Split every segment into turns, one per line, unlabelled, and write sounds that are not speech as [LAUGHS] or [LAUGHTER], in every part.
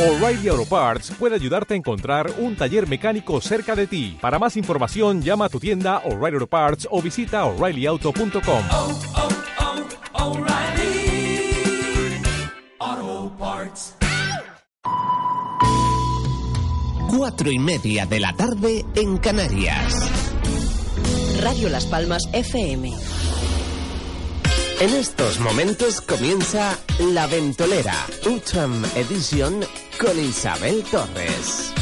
O'Reilly Auto Parts puede ayudarte a encontrar un taller mecánico cerca de ti. Para más información, llama a tu tienda O'Reilly Auto Parts o visita oreillyauto.com.
oh, oh, O'Reilly Auto Parts.
Cuatro y media de la tarde en Canarias.
Radio Las Palmas FM.
En estos momentos comienza La Ventolera, Utram Edition con Isabel Torres.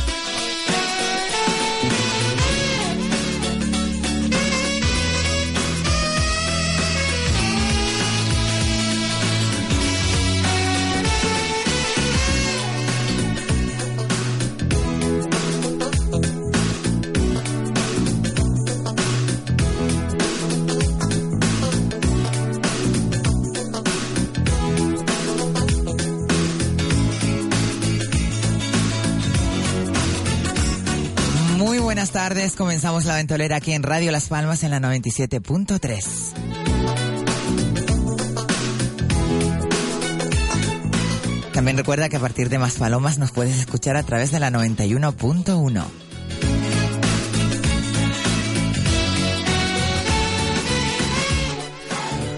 Muy buenas tardes, comenzamos la ventolera aquí en Radio Las Palmas en la 97.3. También recuerda que a partir de Más Palomas nos puedes escuchar a través de la 91.1.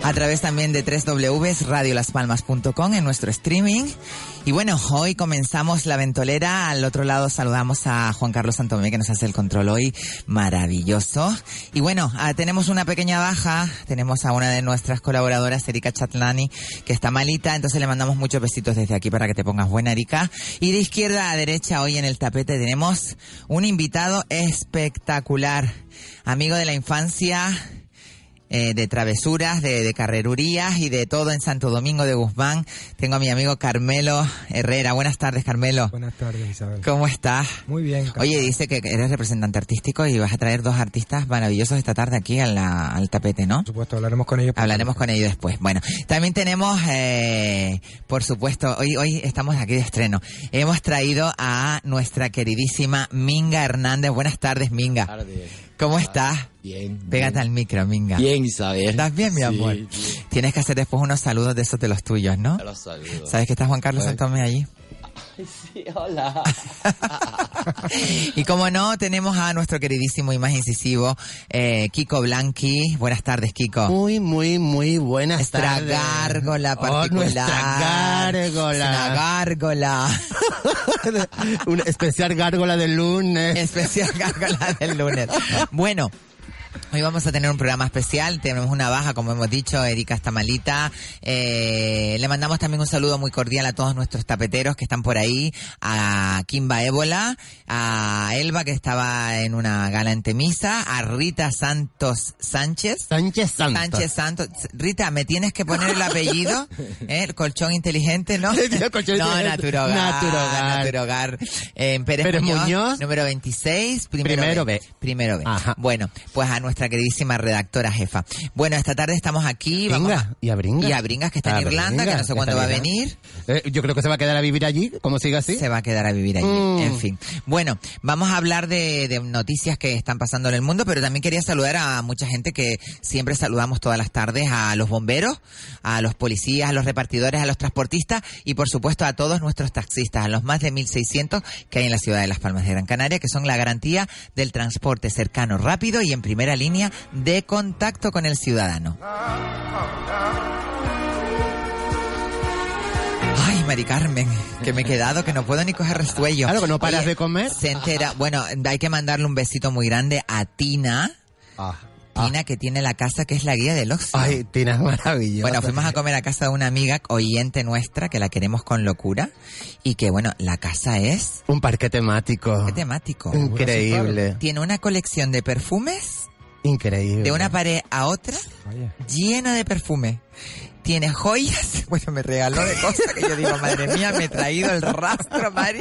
A través también de www.radiolaspalmas.com en nuestro streaming. Y bueno, hoy comenzamos la ventolera. Al otro lado saludamos a Juan Carlos Santomé que nos hace el control hoy. Maravilloso. Y bueno, ah, tenemos una pequeña baja. Tenemos a una de nuestras colaboradoras, Erika Chatlani, que está malita. Entonces le mandamos muchos besitos desde aquí para que te pongas buena, Erika. Y de izquierda a derecha hoy en el tapete tenemos un invitado espectacular. Amigo de la infancia eh, de travesuras, de, de carrerurías y de todo en Santo Domingo de Guzmán. Tengo a mi amigo Carmelo Herrera. Buenas tardes, Carmelo.
Buenas tardes, Isabel.
¿Cómo estás?
Muy bien. Carlos.
Oye, dice que eres representante artístico y vas a traer dos artistas maravillosos esta tarde aquí a la- al tapete, ¿no?
Por supuesto, hablaremos con ellos.
Hablaremos con ellos después. Bueno, también tenemos, eh, por supuesto, hoy, hoy estamos aquí de estreno. Hemos traído a nuestra queridísima Minga Hernández. Buenas tardes, Minga.
tardes.
¿Cómo estás?
Bien.
Pégate al micro, Minga. [LAUGHS]
Bien, Isabel.
¿Estás bien, mi
Sí,
amor?
bien.
Tienes que hacer después unos saludos de esos de los tuyos, ¿no?
Te lo saludo.
¿Sabes que está Juan Carlos
Ay.
Santomé
[LAUGHS]
allí?
[LAUGHS] Sí, hola.
[LAUGHS] Y como no, tenemos a nuestro queridísimo y más incisivo, eh, Kiko Blanqui. Buenas tardes, Kiko.
Muy, muy, muy buenas
Nuestra
tardes.
gárgola
Oh,
particular.
nuestra
Una
gárgola. [LAUGHS]
gárgola.
Una
[LAUGHS]
especial gárgola de lunes.
Especial gárgola del lunes. Bueno. Hoy vamos a tener un programa especial, tenemos una baja, como hemos dicho, Erika está malita. Eh, le mandamos también un saludo muy cordial a todos nuestros tapeteros que están por ahí, a Kimba Ébola, a Elba que estaba en una gala en Temisa, a Rita Santos Sánchez.
Sánchez Santos.
Sánchez Santos. Rita, me tienes que poner
[LAUGHS]
el apellido, ¿eh? el colchón inteligente, ¿no?
Le digo colchón
no,
inteligente.
Naturogar.
Naturogar.
Naturogar. Eh, en Pérez,
Pérez
Muñoz,
Muñoz.
Número 26, primero,
Primero
B.
B.
Primero B.
Ajá.
Bueno, pues a nuestra queridísima redactora jefa. Bueno, esta tarde estamos aquí. vamos
Bringa,
a-
y a Bringa.
Y a Bringas, que está
A
en Irlanda,
Bringa,
que no sé
que
cuándo va
está
a
en
venir.
Eh, yo creo que se va a quedar a vivir allí, como siga así.
Se va a quedar a vivir allí.
Mm.
En fin. Bueno, vamos a hablar de, de noticias que están pasando en el mundo, pero también quería saludar a mucha gente que siempre saludamos todas las tardes, a los bomberos, a los policías, a los repartidores, a los transportistas y por supuesto a todos nuestros taxistas, a los más de 1.600 que hay en la ciudad de Las Palmas de Gran Canaria, que son la garantía del transporte cercano, rápido y en primera línea de contacto con el ciudadano. Ay, Mari Carmen, que me he quedado, que no puedo ni coger resuello.
Claro, que no paras de comer.
Se entera. Bueno, hay que mandarle un besito muy grande a Tina.
Ah, ah.
Tina que tiene la casa que es la guía del Oxxo.
Ay, Tina, es maravilloso.
Bueno, fuimos a comer a casa de una amiga oyente nuestra que la queremos con locura y que bueno, la casa es
Un parque temático.
qué temático.
Increíble.
Tiene una colección de perfumes
Increíble.
de una pared a otra
Oye,
llena de perfume. Tiene joyas, [LAUGHS] bueno, me regaló de cosas que yo digo, madre mía, me he traído el rastro, Mari.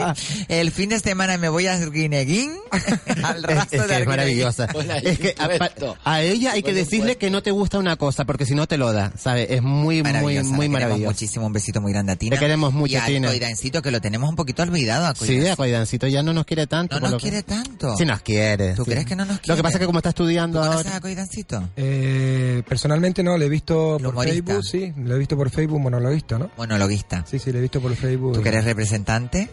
El fin de semana me voy a Arguineguín, [LAUGHS] al
Es,
rastro
es
de
que es
Arguineguín.
maravillosa.
Hola,
es que a,
impuesto.
pa- a ella hay que
pues-
Hola,
decirle
impuesto.
que no te gusta una cosa, porque si no te lo da, ¿sabes? Es muy, muy,
Maravillosa, la
muy
queremos
maravillosa.
muchísimo, un besito muy grande a Tina.
Te queremos mucho,
y a
Tina.
Coidancito, que lo tenemos un poquito olvidado, a
Sí,
Coidancito.
a Coidancito ya no nos quiere tanto.
No
por
nos
lo que-
quiere tanto.
Sí nos quiere.
¿Tú
sí.
crees que no nos
Lo
quiere?
que pasa es que como está estudiando
¿Conoces
ahora...
a Coidancito?
eh, personalmente no, le he visto por
humorista.
Facebook, sí, Sí, lo he visto por Facebook, monologuista, ¿no?
Monologuista.
Sí, sí, lo he visto por Facebook. eh.
Tú que eres representante,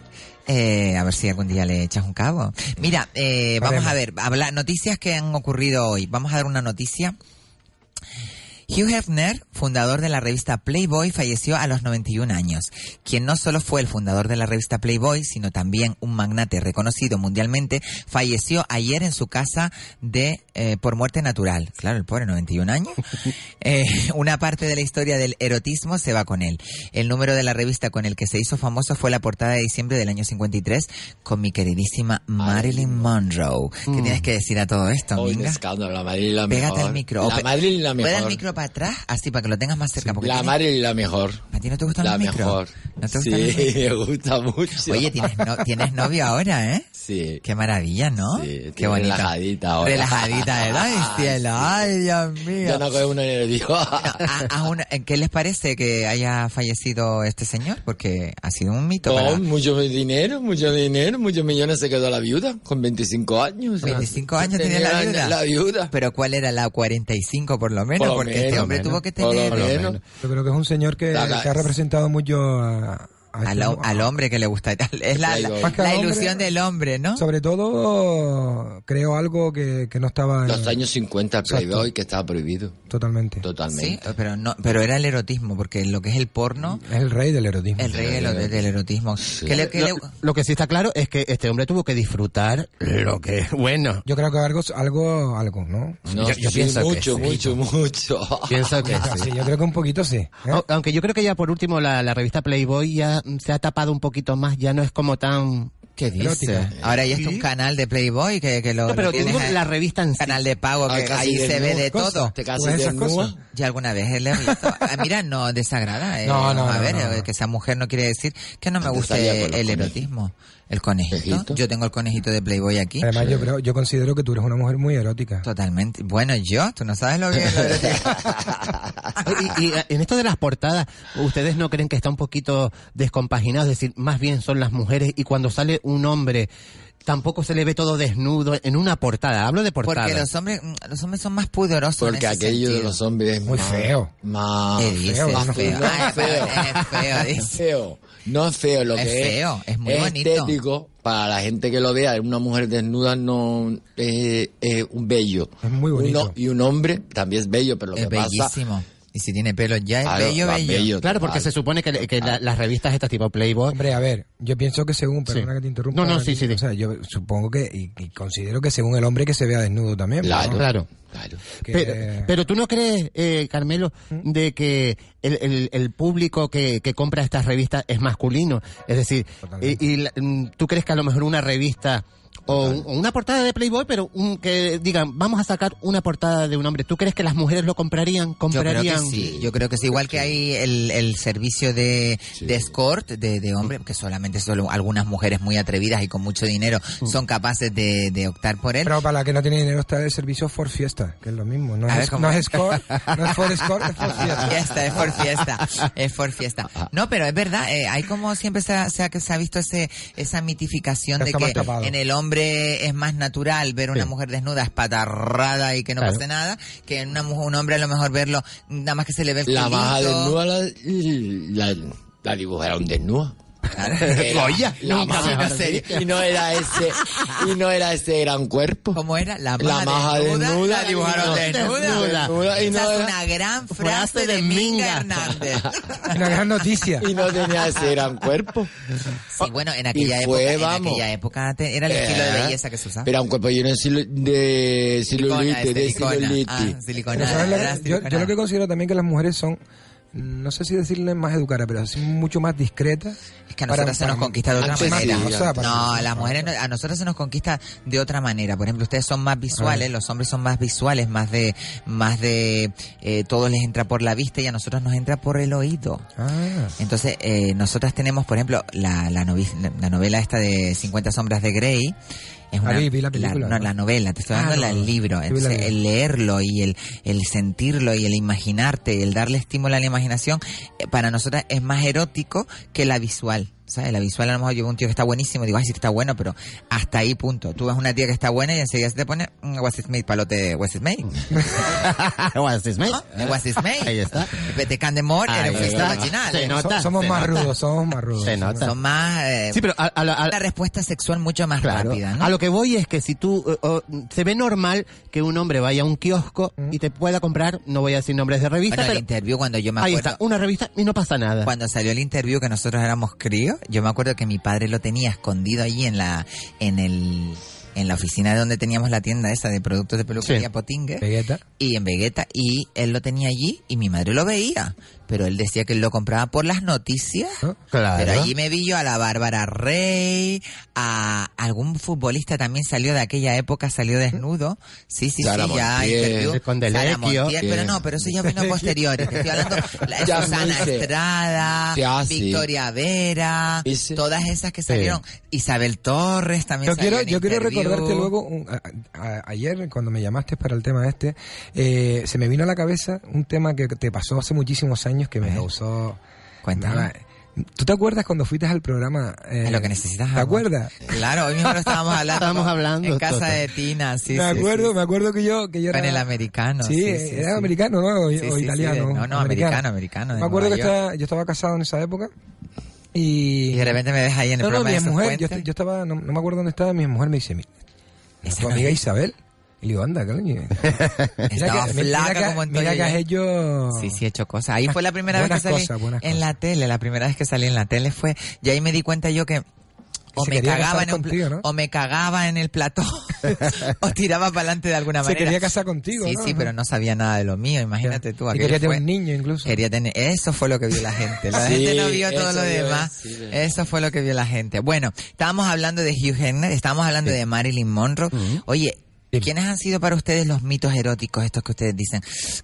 eh, a ver si algún día le echas un cabo. Mira, eh, vamos a ver, habla, noticias que han ocurrido hoy. Vamos a dar una noticia. Hugh Hefner, fundador de la revista Playboy, falleció a los 91 años, quien no solo fue el fundador de la revista Playboy, sino también un magnate reconocido mundialmente, falleció ayer en su casa de eh, por muerte natural. Claro, el pobre 91
[LAUGHS]
años. Eh, una parte de la historia del erotismo se va con él. El número de la revista con el que se hizo famoso fue la portada de diciembre del año 53 con mi queridísima Marilyn Monroe. ¿Qué
Mm.
tienes que decir a todo esto,
Hoy un
Minga?
escándalo, la Marilyn la mejor.
Pégate al micro.
La Marilyn la
Pega el
mejor.
micro para atrás, así para que lo tengas más cerca. porque
La
tienes-
Marilyn la mejor.
¿A ti no te gustan
La
los micros?
mejor.
¿No te
sí,
gustan los
[LAUGHS] me
micros?
gusta mucho.
Oye, tienes, no- tienes novio ahora, ¿eh?
Sí.
Qué maravilla, ¿no?
Sí, estoy
Qué bonita.
relajadita ahora.
Relajadita,
[LAUGHS]
¿verdad? Ay, cielo. Ay, Dios mío.
Ya no coge uno nervioso.
¿A- a una- ¿Qué les parece que haya fallecido este señor? Porque ha sido un mito. para-
Con mucho dinero, mucho dinero, muchos millones se quedó la viuda con 25 años.
25 años tenía la viuda.
La viuda.
Pero ¿cuál era la 45 por lo menos?
Por lo
Porque este
menos,
hombre
menos.
tuvo que
Por lo
tener
menos.
Yo creo que es un señor que,
Daga-
que ha representado mucho a... a
al,
este-
al hombre que le gusta. [LAUGHS] Es la, la-
Más que al
la
hombre-
ilusión del hombre, ¿no?
Sobre todo, creo algo que, que no estaba en-
Los años 50 el Playboy que estaba prohibido.
totalmente.
Sí,
Totalmente. [LAUGHS]
pero no, pero era el erotismo, porque lo que es el porno,
Es el rey del erotismo.
el rey del, del erotismo. ¿Qué le- qué le-
Lo, lo que sí está claro es que este hombre tuvo que disfrutar lo que... Bueno,
Yo creo que algo, algo, algo, ¿no?
No,
Yo- yo
sí,
pienso que
mucho,
sí.
mucho, mucho.
pienso que
Ah,
sí.
Sí, yo creo que un poquito sí. ¿eh?
Au- Aunque yo creo que ya por último la, la revista Playboy ya mm, se ha tapado un poquito más, ya no es como tan...
¿Qué dices?
Erótica.
Ahora ya está un canal de Playboy que, que lo,
No, pero
lo tienes
digo
ahí.
la revista en
Un
sí.
canal de pago
Ah,
que
casi
ahí se ve
desnudo,
de
cosa.
todo.
Te casi
Pues esas
desnuda.
cosas.
Ya alguna vez he leído. Ah, mira, no desagrada. eh.
No, no,
a
no,
ver,
no,
eh,
no.
que sea mujer no quiere decir que no me
Antes
guste
salía
el
con los conejos.
erotismo. El conejito.
Conejito.
Yo tengo el conejito de Playboy aquí.
Además, yo, creo, yo considero que tú eres una mujer muy erótica.
Totalmente. Bueno, yo, tú no sabes lo bien. lo erótico.
Y, y, eh, en esto de las portadas, ¿ustedes no creen que está un poquito descompaginado? Es decir, más bien son las mujeres y cuando sale un hombre tampoco se le ve todo desnudo en una portada. Hablo de [LAUGHS] portada.
Porque los hombres, mm, los hombres son más pudorosos. en
Porque
ese
aquello de
sentido.
los hombres es
Muy
más-
feo.
Más
¿Qué dices? [LAUGHS]
más
Es feo.
No
Ah,
es feo.
es feo,
No es
dice.
feo. No es feo lo
Es
que es.
feo, es muy bonito.
estético para la gente que lo vea. Una mujer desnuda no es, es un bello.
Es muy bonito.
Uno- y un hombre también es bello, pero lo
Es
que pasa.
bellísimo. Y si tiene pelo ya es
Claro,
bello,
va
Ah, bello.
bello.
Claro, porque
total.
se supone que, le- que la- las revistas estas tipo Playboy...
Hombre, a ver, yo pienso que según,
Sí.
perdona que te interrumpa.
No, no, sí, sí,
O
sí.
sea, yo supongo que, y, y considero que según el hombre que se vea desnudo también.
Claro,
¿no?
Claro.
claro. claro.
Que- ¿Mm?
Pero, pero tú no crees, eh, Carmelo, de que el, el- el público que, que compra estas revistas es masculino. Es decir,
Totalmente.
y, y la- mm, tú crees que a lo mejor una revista o, un- o una portada de Playboy, pero un- que digan, vamos a sacar una portada de un hombre. ¿Tú crees que las mujeres lo comprarían?
Yo creo que
comprarían [LAUGHS]
sí, yo creo que sí. Igual que hay el, el servicio de, de escort de, de hombre, que solamente solo algunas mujeres muy atrevidas y con mucho dinero
Mm.
son capaces de, de optar por él.
Pero para la que no tiene dinero está el servicio for fiesta, que es lo mismo. No,
A ver,
es,
¿cómo
no
es?
es score, no es
[LAUGHS]
for score, es for fiesta.
Fiesta, es por fiesta, es por fiesta. No, pero es verdad, eh, hay como siempre se ha, se ha- se ha visto ese, esa mitificación
Ya
de
está
que
más tapado.
en el hombre es más natural ver una mujer desnuda, espatarrada y que no
Claro.
pase nada, que en una, mu- un hombre a lo mejor verlo, nada más que se le ve el
La
culito.
baja desnuda la, la, la dibujaron desnuda. [LAUGHS] Era
Oye,
la
nunca
maja
mejor
seria. y no era ese y no era ese gran cuerpo
¿Cómo era? La
La
maja,
maja
desnuda,
desnuda,
la dibujaron
no,
desnuda.
desnuda, y
Esa
no
es
era-
una gran frase de,
de
Minga
Minga.
Hernández.
[LAUGHS] Una gran noticia.
[LAUGHS] y no tenía ese gran cuerpo
sí, bueno, en aquella
Y fue,
época, en
vamos.
aquella época te- era el estilo de
Eh,
belleza que se usaba.
Era un cuerpo lleno de, silu- de
Silicona,
celulitis, de
silicona. Ah,
celulitis.
silicona,
Pero ¿sabes lo que-
era
yo,
silicona.
yo lo que considero también que las mujeres son, no sé si decirle más educadas, pero así mucho más discretas.
Es que a
para-
nosotras se
para-
nos conquista de otra
antes sí,
manera.
antes sí.
no, a las mujeres, no- a nosotras se nos conquista de otra manera. Por ejemplo, ustedes son más visuales, los hombres son más visuales, más de, más de, eh, todo les entra por la vista y a nosotros nos entra por el oído.
Ah,
Entonces, eh, nosotras tenemos, por ejemplo, la, la, novi- la- la novela esta de 50 sombras de Grey. Es una,
Ah, vi- vi la película,
no,
¿no?
la novela, te estoy
Ah,
hablando
no,
del
no.
libro.
Sí, vi la
Entonces,
vi.
el leerlo y el, el sentirlo y el imaginarte, el darle estímulo a la imaginación, eh, para nosotras es más erótico que la visual. ¿Sabes? La visual a lo mejor yo veo un tío que está buenísimo, digo, ay, sí que está bueno, pero hasta ahí punto. Tú ves una tía que está buena y enseguida se te pone, mm, what's it made, palote de what's it
[LAUGHS]
made.
What's this,
[LAUGHS]
mate?
De what's it made.
Ahí está.
De Candemore,
Ahí
era un
está.
fiesta vaginal.
Se nota.
So- somos
se
más
nota.
rudos, somos más rudos.
Se nota.
¿eh? Son más, eh,
Sí, pero a, a- a-
una respuesta sexual mucho más
claro,
rápida, ¿no?
a lo que voy es que si tú eh, oh, se ve normal que un hombre vaya a un kiosco y te pueda comprar, no voy a decir nombres de revista,
bueno, el
pero
interview cuando yo me
ahí
acuerdo.
está, una revista y no pasa nada.
Cuando salió el interview que nosotros éramos críos, yo me acuerdo que mi padre lo tenía escondido allí en la, en el, en la oficina de donde teníamos la tienda esa de productos de peluquería
Sí.
Potingue.
Vegeta.
Y en Vegeta, y él lo tenía allí y mi madre lo veía. Pero él decía que él lo compraba por las noticias.
Ah,
claro.
Pero allí me vi yo a la Bárbara Rey, a algún futbolista también salió de aquella época, salió desnudo. Sí, sí,
Sara
sí, ya
Montiel,
interview.
con
Sara
Delecchio.
Montiel, pero
Sí.
no, pero eso ya vino posterior. Te estoy hablando la-
Ya
Susana
no hice.
Estrada,
Sí, ah, sí.
Victoria Vera,
Hice.
todas esas que salieron. Isabel Torres también
Yo
salió
quiero,
en
yo quiero
interview.
recordarte luego, un- a- a- ayer cuando me llamaste para el tema este, eh, se me vino a la cabeza un tema que te pasó hace muchísimos años que me
Ajá.
causó...
Cuéntame.
Nada, ¿Tú te acuerdas cuando fuiste al programa? eh,
A lo que necesitas.
¿Te
amor.
acuerdas?
Claro, hoy mismo lo estábamos hablando.
Estábamos hablando,
En casa
Toto.
de Tina, sí.
me
sí, sí,
acuerdo, me acuerdo que yo, que yo
Con
era...
el americano.
Sí, era
sí.
americano, ¿no? O,
Sí,
o
sí, sí,
italiano.
de- no, no, americano, americano, de
Me acuerdo que
Nueva York.
estaba- yo estaba casado en esa época y...
Y de repente me ves ahí en el
no, no,
programa
mi
de esos
mujer, yo,
cuentos.
yo estaba, no, no me acuerdo dónde estaba, mi mujer me dice, mira,
Esa
tu
no
amiga
es.
Isabel. Y le digo,
[LAUGHS]
anda, coño. Mira
Estaba
que- mira
flaca
que-
como en
Mira
todo
que has
yo.
hecho...
Sí, sí, he hecho cosas. Ahí
Buenas-
fue la primera vez que
buenas
salí
cosas,
en
buenas
la tele. La primera vez que salí en la tele fue... Y ahí me di cuenta yo que... O
se
me,
quería
cagaba
casar
en un pla-
contigo, ¿no?
o me cagaba en el
[LAUGHS]
plató o tiraba para adelante de alguna
Se
manera.
quería casar contigo,
Sí,
¿no?
sí,
Ajá.
pero no sabía nada de lo mío, imagínate tú.
Y
aquello
quería tener
fue-
un niño incluso.
Quería tener, eso fue lo que vio la gente. La
Sí,
gente no vio todo
eso
lo
iba a
demás.
decir.
Eso fue lo que vio la gente. Bueno, estábamos hablando de Hugh Hefner, estábamos hablando de Marilyn Monroe. Oye, ¿quiénes han sido para ustedes los mitos eróticos estos que ustedes dicen?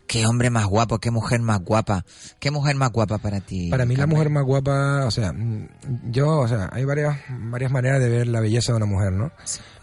Qué hombre más guapo, qué mujer más guapa. ¿Qué mujer más guapa para ti?
Para mí la
Carmen?
mujer más guapa, o sea, mm, yo, o sea, hay varias, varias maneras de ver la belleza de una mujer, ¿no?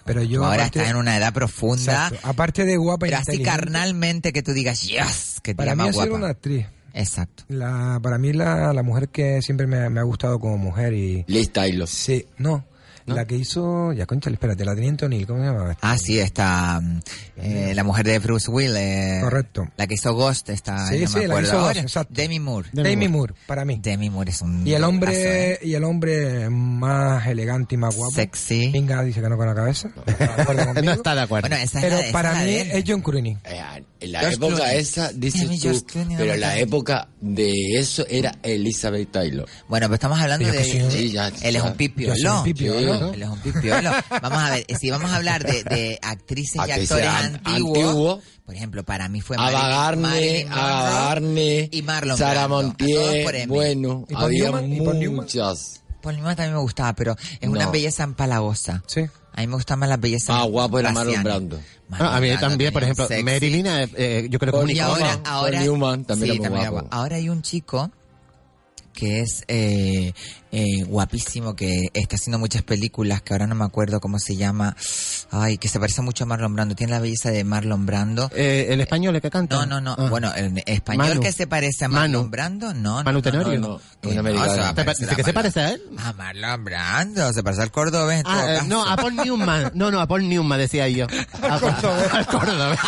Pero yo...
Ahora
aparte-
está en una edad profunda,
Exacto. Aparte de guapa y
pero así carnalmente que tú digas, yes, que te
Para mí
llama
ha
guapa.
sido una actriz.
Exacto.
La, para mí la, la mujer que siempre me, me ha gustado como mujer y...
Lista, Hilo.
Sí, no. La que hizo... Ya, concha, espérate, la Teniente O'Neill, ¿cómo se llamaba?
Ah, sí, está mm, eh, la mujer de Bruce Will. eh,
Correcto.
La que hizo Ghost, está.
Sí,
no me
sí, la que
acuerdo
hizo Ghost,
ahora.
exacto.
Demi Moore.
Demi, Moore, para mí.
Demi Moore es un.
Y el
tipazo,
hombre
¿eh?
y el hombre más elegante y más guapo.
Sexy.
Minga dice que no con
[LAUGHS]
la cabeza. Está de acuerdo
No
conmigo.
está de acuerdo.
Bueno, esa es
Pero
la- esa ah,
para
es la
mí
de él.
es John Clooney.
Eh, En la
George
época
Clooney.
esa,
A mí
dices
George
tú,
Clooney no
pero
me
la
cae.
época de eso era Elizabeth Taylor.
Bueno, pero estamos hablando
Yo
de.
que soy un-
Sí, ya-
él es
ya-
un
Yo soy
pipiolo.
un pipiolo,
Sí.
¿no?
Él es un pipiolo. Vamos a ver, eh, si vamos a hablar de, de actrices y
Actrices
actores
an-
antiguos.
antiguos.
por ejemplo, para mí fue
Ava
Marilyn- Marilyn
Garne,
Monroe
Ava Garne,
y Marlon
Sara
Brando. A todos por
Montiel,
Emmy.
bueno,
¿Y Paul
había
Newman? ¿Y Paul Newman?
muchas.
Paul Newman también me gustaba, pero es una
No.
belleza empalagosa.
Sí.
A mí me gusta más la belleza.
Más Ah, guapo era Marlon
marciana.
Brando.
Marlon
Ah, a mí
Brando
también, por
tenía un
ejemplo,
sexy.
Marilyn, eh, eh, yo creo que es un
Paul
Y
icono.
ahora,
Paul
ahora,
Newman también
sí,
era muy guapo.
guapo. Ahora hay un chico que es eh, eh, guapísimo, que está haciendo muchas películas, que ahora no me acuerdo cómo se llama. Ay, que se parece mucho a Marlon Brando. Tiene la belleza de Marlon Brando.
Eh, el español es que canta.
No, no, no.
Ah.
Bueno, el español
Manu.
que se parece a Marlon
Manu.
Brando, no. no,
Manu
no,
Tenorio.
no, no.
Un
Que no,
americano.
se va a
¿Te pa-
parecer a
que se
Marlon-
parece a él?
A Marlon Brando, se parece al cordobés. en todo
Ah, eh,
caso.
no, a Paul Newman. No, no, a Paul Newman decía
[LAUGHS]
yo. Al cordobés. Al cordobés.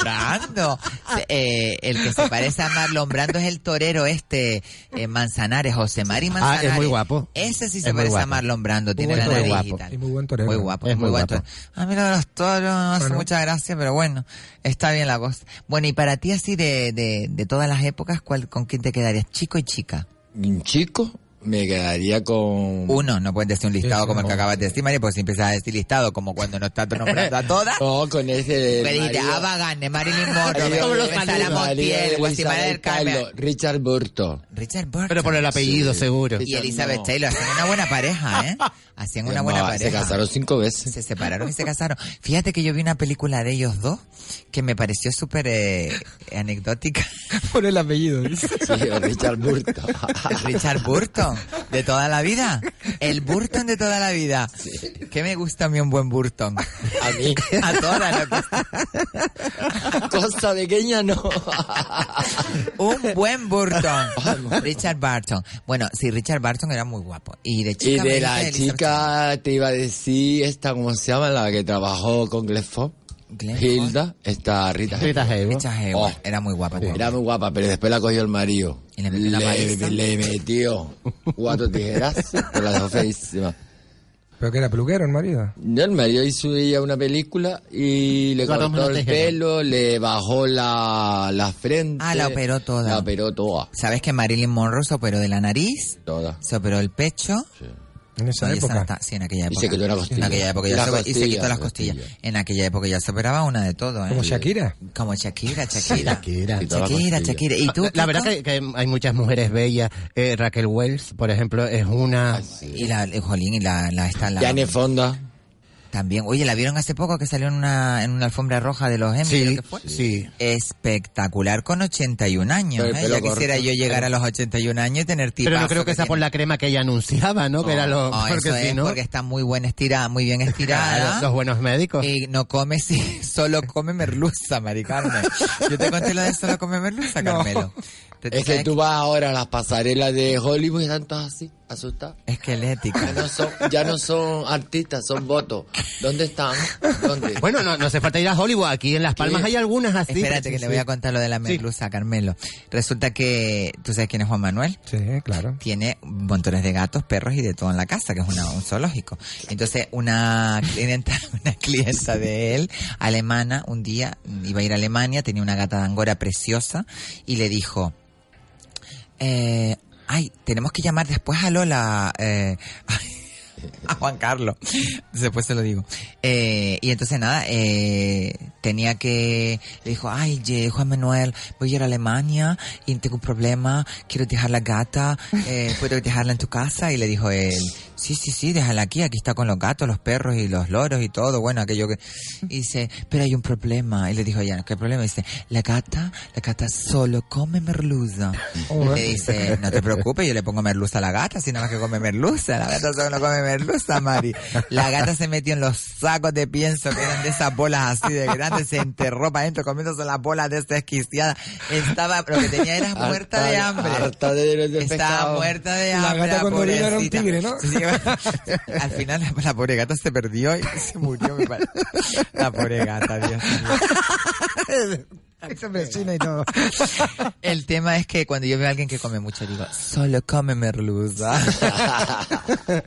Brando. Se- eh, el que se parece a Marlon Brando es el torero este eh, Manzanares, José Mari Manzanares.
Ah, es muy guapo.
Ese sí se
Es muy
parece a
guapo.
Marlon Brando, tiene la
buen torero.
nariz y
Muy guapo.
tal.
Y muy buen torero.
Muy guapo,
Es
muy,
muy
buen
guapo.
torero. A mí lo de los toros no hace
Bueno.
mucha gracia, pero bueno, está bien la cosa. Bueno, y para ti así de, de, de todas las épocas, ¿cuál, ¿con quién te quedarías? ¿Chico y chica?
Un chico me quedaría con...
Uno, no puedes decir un listado
Sí, sí,
como el que
no.
acabas de decir, María, porque si empiezas a decir listado, como cuando no estás nombrando a todas,
[LAUGHS] No, con ese... del
Me dijiste
marido.
Ava Gardner, ah, Marilyn Monroe,
Marido-
Belinda, Sara
marido
Montiel,
de
Guasimara del
Elizabeth
Carmen,
Taylor, Richard Burton.
Richard Burton
Pero por el apellido,
Sí.
seguro.
y
Richard,
Elizabeth
no.
Taylor. Hacían una buena pareja, ¿eh? Hacían una
No,
buena pareja.
se casaron cinco veces.
Se separaron y se casaron. Fíjate que yo vi una película de ellos dos que me pareció súper eh, anecdótica.
[LAUGHS] Por el apellido. dice.
Sí, Richard Burton.
[LAUGHS] Richard Burton, de toda la vida. El Burton de toda la vida. Que me gusta a mí un buen Burton.
A
[LAUGHS]
mí,
A todas las
[LAUGHS] cosa pequeña no.
[LAUGHS] Un buen
[LAUGHS]
Burton. Richard Burton. Bueno, sí, Richard Burton era muy guapo. Y de
[LAUGHS] Y
chica. me
de
gusta
la
Elizabeth
chica te iba a decir esta, ¿cómo se llama? La que trabajó con Glenn Ford.
Glenn
Hilda, esta Rita.
Rita
Hayworth.
Hayworth.
Richard Hayworth.
Oh.
Era muy guapa. también.
Era muy guapa, pero después la cogió el marido.
Y le metió una paliza.
le metió cuatro tijeras, pero la dejó feísima.
Pero que era peluquero el marido.
No, el marido hizo ella una película y le
Claro,
cortó
menos
el
tijera.
pelo, le bajó la, la frente.
Ah, la operó toda. [LAUGHS]
La operó toda.
¿Sabes que Marilyn Monroe se operó de la nariz?
Toda.
Se operó el pecho.
En esa
Oye, esa no
época.
está- sí, en aquella
Y
época.
se quitó la costilla.
En aquella época ya
La
se, y se
costilla,
quitó las
la
costillas.
costilla.
En aquella época ya se operaba una de todo, ¿eh?
Como Shakira.
Como Shakira, Shakira.
Shakira.
Quitó la
Shakira,
costilla.
Shakira. ¿Y tú?
Ah, La, la verdad que,
Kiko?
que hay muchas mujeres bellas. Eh, Raquel Wells, por ejemplo, es una...
Y la, eh, Jolín, y la, la, esta, la-
Ya en el Fonda.
también. Oye, ¿la vieron hace poco que salió en una, en una alfombra roja de los Emmy? creo
Sí,
que fue?
sí.
Espectacular con 81 años.
Pero el
¿eh?
pelo
Ya quisiera
corto.
yo llegar a los 81 años y tener tipazo
Pero no creo que sea por
tiene.
la crema que ella anunciaba, ¿no? que era lo...
No,
porque
Oh, eso
si
es
no...
porque está muy buena estirada, muy bien estirada.
Claro, los buenos médicos.
Y no come, [LAUGHS] sí, solo come merluza, Mari Carmen. Yo te conté lo de solo come merluza, Carmelo. [LAUGHS] Te-
Es que
¿sabes
tú vas ahora a las pasarelas de Hollywood y están todas así, asustadas.
qué? Esquelética.
Ya no son, ya no son artistas, son votos. ¿Dónde están? ¿Dónde?
Bueno, no, no hace falta ir a Hollywood. Aquí en Las Palmas hay algunas así.
Espérate que le voy a contar lo de la merluza, Carmelo. Resulta que, ¿tú sabes quién es Juan Manuel?
Sí, claro.
Tiene montones de gatos, perros y de todo en la casa, que es una, un zoológico. Entonces, una clienta, [LAUGHS] una clienta de él, alemana, un día iba a ir a Alemania, tenía una gata de angora preciosa, y le dijo, Eh, ay, tenemos que llamar después a Lola. eh, [LAUGHS] a Juan Carlos. Después se lo digo. Eh, y entonces nada, eh, tenía que. Le dijo, ay, ye, Juan Manuel, voy a ir a Alemania y tengo un problema, quiero dejar la gata, eh, ¿puedo dejarla en tu casa? Y le dijo él, sí, sí, sí, déjala aquí, aquí está con los gatos, los perros y los loros y todo, bueno, aquello que. Y dice, pero hay un problema. Y le dijo, ya, ¿qué problema? Y dice, la gata, la gata solo come merluza. Y
Oh.
le dice, no te preocupes, yo le pongo merluza a la gata, si nada más que come merluza. La gata solo come merluza, Mari. La gata se metió en los sacos de pienso que eran de esas bolas así de grandes, se enterró para adentro comiéndose las bolas de esta esquiciada. Estaba, lo que tenía era muerta de
Harta-
hambre.
harta de- de
Estaba
pescado.
muerta de
La
hambre.
gata cuando vino era un
pobrecita.
tigre, ¿no?
Sí, sí, al final la, la pobre gata se perdió y se murió, me parece. La pobre gata, Dios mío.
[LAUGHS] Esa vecina y todo.
[LAUGHS] El tema es que cuando yo veo a alguien que come mucho, digo, solo come
[LAUGHS]
merluza.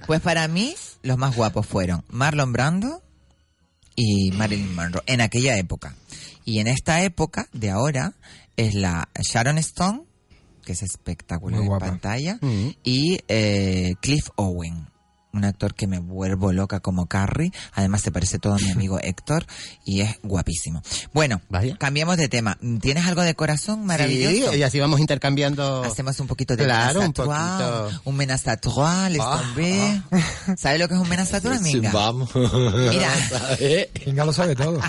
pues para mí, los más guapos fueron Marlon Brando y Marilyn Monroe, en aquella época. Y en esta época de ahora es la Sharon Stone, que es espectacular
Muy
en
guapa.
pantalla,
Mm.
y eh, Cliff Owen. Un actor que me vuelvo loca como Carrie. Además, se parece todo a mi
[LAUGHS]
amigo Héctor y es guapísimo. Bueno,
Vaya.
cambiemos de tema. ¿Tienes algo de corazón
Sí,
maravilloso?
y así vamos intercambiando...
Hacemos un poquito de
Claro,
menace
un
à trois,
poquito.
un menace à trois, les
Ah,
tombés. [LAUGHS] ¿Sabes lo que
[LAUGHS]
es un menace à trois,
Sí,
minga? [LAUGHS]
vamos. [LAUGHS]
Mira.
¿Sabes?
Venga, lo sabe todo.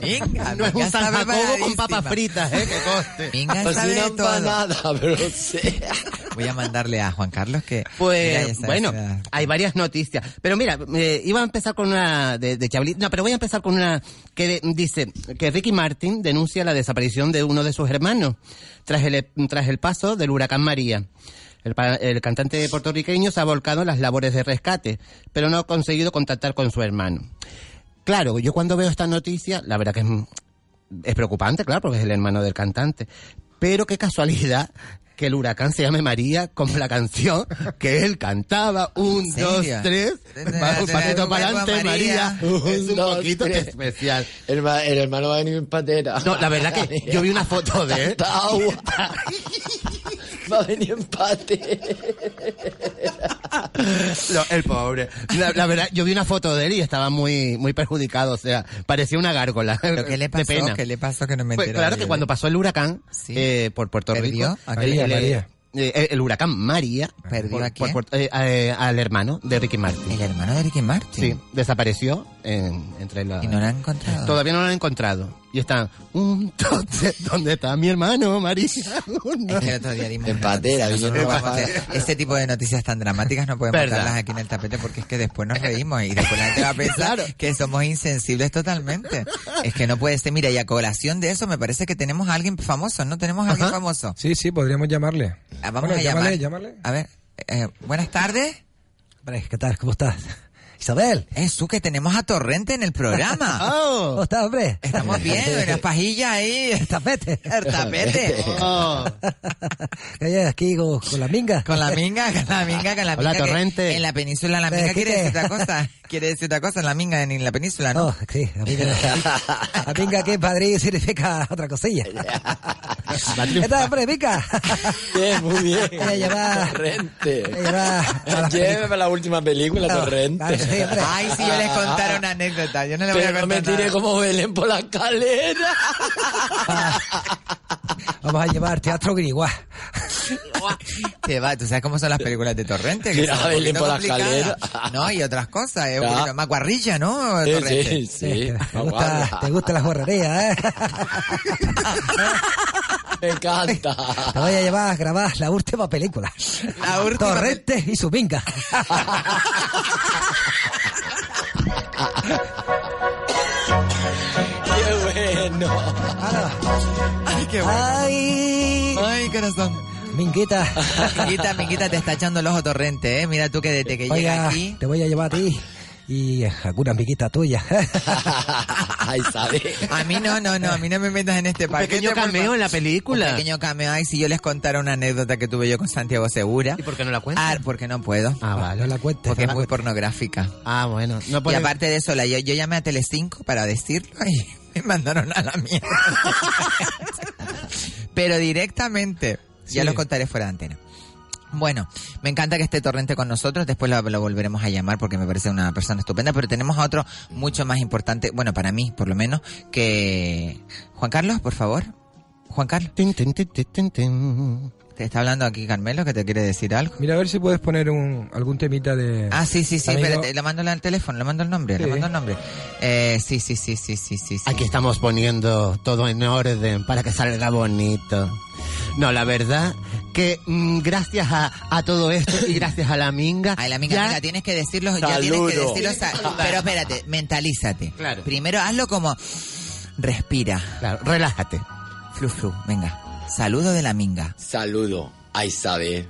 Minga,
No es
minga
un San
sabe
Jacobo con
paradísima.
papas fritas, ¿eh? Que coste.
Minga
Pues
sabe
una
de todo. [LAUGHS]
empanada, pero no sé. [LAUGHS]
Voy a mandarle a Juan Carlos que... Mira, ya
Pues
sabes, eh,
bueno,
mira.
hay varias noticias. Pero mira, eh, iba a empezar con una de, de Chablis. No, pero voy a empezar con una que de- dice que Ricky Martin denuncia la desaparición de uno de sus hermanos tras el, tras el paso del huracán María. El, pa- el cantante puertorriqueño se ha volcado en las labores de rescate, pero no ha conseguido contactar con su hermano. Claro, yo cuando veo esta noticia, la verdad que es, es preocupante, claro, porque es el hermano del cantante. Pero qué casualidad que el huracán se llame María como la canción que él cantaba. Un,
¿En
dos,
serio?
tres. Va un pasito para adelante, María.
María.
Es un
dos,
poquito [LAUGHS]
tres.
especial.
El, ma- el hermano va a venir en patera.
No, la verdad que yo vi una foto de él.
Tanta
[LAUGHS]
agua. Va a venir en patera.
No, el pobre. La, la verdad, yo vi una foto de él y estaba muy, muy perjudicado. O sea, parecía una gárgola.
¿Pero qué le
De
pasó?
pena.
¿Qué le pasó que no me
Pues
enteré?
claro que cuando pasó el huracán
Sí.
eh, por Puerto
¿Perdió?
Rico,
¿A
el-
quién?
María,
el,
María.
eh, el huracán María
¿Perdió
por-
a
por
quién?
Puerto- eh, eh, al hermano de Ricky Martin.
El hermano de Ricky Martin.
Sí, desapareció en- entre la-
Y no lo han encontrado.
Todavía no lo han encontrado. y están, un tote, [LAUGHS] ¿dónde está mi hermano, María?
[LAUGHS] Es que el otro día dimos una noticia,
Empatera, bien
nosotros no
empatera.
podemos hacer- Este tipo de noticias tan dramáticas no podemos
Verdad.
darlas aquí en el tapete porque es que después nos reímos y después la gente va a pensar
Claro.
que somos insensibles totalmente. Es que no puede ser. Mira, y a colación de eso me parece que tenemos a alguien famoso, ¿no? Tenemos a alguien
Ajá.
famoso.
Sí, sí, podríamos llamarle.
Ah, vamos
Bueno,
a llamar.
Llámale, llámale.
A ver, eh, buenas tardes.
Hombre, ¿Qué tal? ¿Cómo estás? Isabel,
Eso que tenemos a Torrente en el
[LAUGHS]
programa.
¿cómo
¡Oh!
estás, hombre?
Estamos viendo unas pajillas ahí,
El tapete.
el tapete.
[LAUGHS] ¡Oh!
Que hay aquí con, con la minga.
Con la minga, con la minga, con la
Hola,
minga. que
Torrente.
En la península la
Me
minga quiere decir
dijiste.
otra
[LAUGHS]
cosa. Quiere decir otra cosa, la minga en, en la península, ¿no?
No, Oh, sí, la minga, la minga aquí en Madrid significa otra
[LAUGHS]
cosilla. ¿Qué tal, hombre, minga?
Bien, muy bien.
Ella lleva-
Torrente.
ella lleva-
Lléveme para la última película,
No,
Torrente.
claro, sí, hombre.
Ay, si yo les contara una anécdota, yo no les voy a
Pero no
contar
me tiré
nada.
como Belén por la escalera.
Ah, Vamos a llevar teatro griguá.
Te va, tú sabes cómo son las películas de Torrente. que
Mira,
son un
Belén
poquito
por la
complicadas.
escalera.
No, y otras cosas, es un
Ya.
poquito más guarrilla, ¿no,
Sí,
Torrente?
sí, sí.
Este, te, gusta,
Aguarda.
te gusta la jorrería, ¿eh?
Me encanta.
Te voy a llevar a grabar la última película.
La última
Torrente y su minga.
Qué bueno.
Ay, qué bueno.
Ay,
Ay, corazón.
minguita.
Minguita, minguita, te está echando el ojo Torrente, ¿eh? Mira tú que [LAUGHS] desde que llega
Oiga,
[LAUGHS]
aquí...
te voy a llevar a ti y alguna amiguita
[LAUGHS]
tuya.
Ay, sabe.
A mí no, no, no, a mí no me metas en este paquete.
pequeño
por favor.
cameo en la película.
Un pequeño cameo. Ay, si yo les contara una anécdota que tuve yo con Santiago Segura.
¿Y por qué no la cuentas?
Ah, porque no puedo.
Ah, vale.
No la cuentes.
porque
no la
es muy
cuentes.
pornográfica.
Ah, bueno. No
Y
pone-
aparte de eso, la, yo, yo llamé a Telecinco para decirlo y [LAUGHS] me mandaron a la mierda. Pero directamente, ya
Sí.
lo contaré fuera de antena. Bueno, me encanta que esté Torrente con nosotros, después lo, lo volveremos a llamar porque me parece una persona estupenda, pero tenemos a otro mucho más importante, bueno, para mí por lo menos, que... Juan Carlos, por favor. Juan Carlos,
Tin, tin, tin, tin, tin, tin.
te está hablando aquí Carmelo, que te quiere decir algo.
Mira, a ver si puedes poner un, algún temita de...
Ah, sí, sí, sí,
Amigo.
espérate, le mando el teléfono, le mando el nombre, le
Sí.
mando el nombre. Eh, sí, sí, sí, sí, sí, sí. sí.
Aquí estamos poniendo todo en orden para que salga bonito. No, la verdad que mm, gracias a, a todo esto [COUGHS] y gracias a la minga.
Ay, la amiga,
ya-
amiga, tienes que decirlo, ya tienes que
Saludo.
decirlo, sa- pero espérate, mentalízate.
Claro.
Primero hazlo como respira,
Claro, relájate.
flu flu, venga. Saludo de la minga
Saludo a Isabel,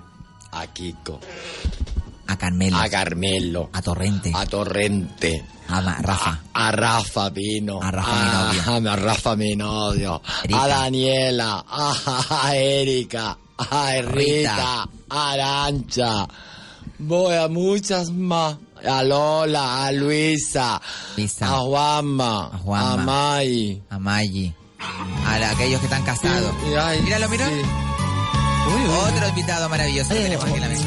a Kiko,
a Carmelo,
a Carmelo,
a Torrente,
a Torrente,
a Ma- Rafa,
a Rafa Pino,
A Rafa mi novio.
a Rafa mi novio,
Erika.
a Daniela, Ah, a, a Erika, a
Rita.
Rita, a Arancha, voy a muchas más, a Lola, a Luisa,
Luisa.
a Juanma,
A
a,
Juanma.
Mai.
a Maggi, a la- aquellos que están casados.
Ay,
Míralo, mira.
sí.
Otro invitado maravilloso que tenemos aquí en la mesa.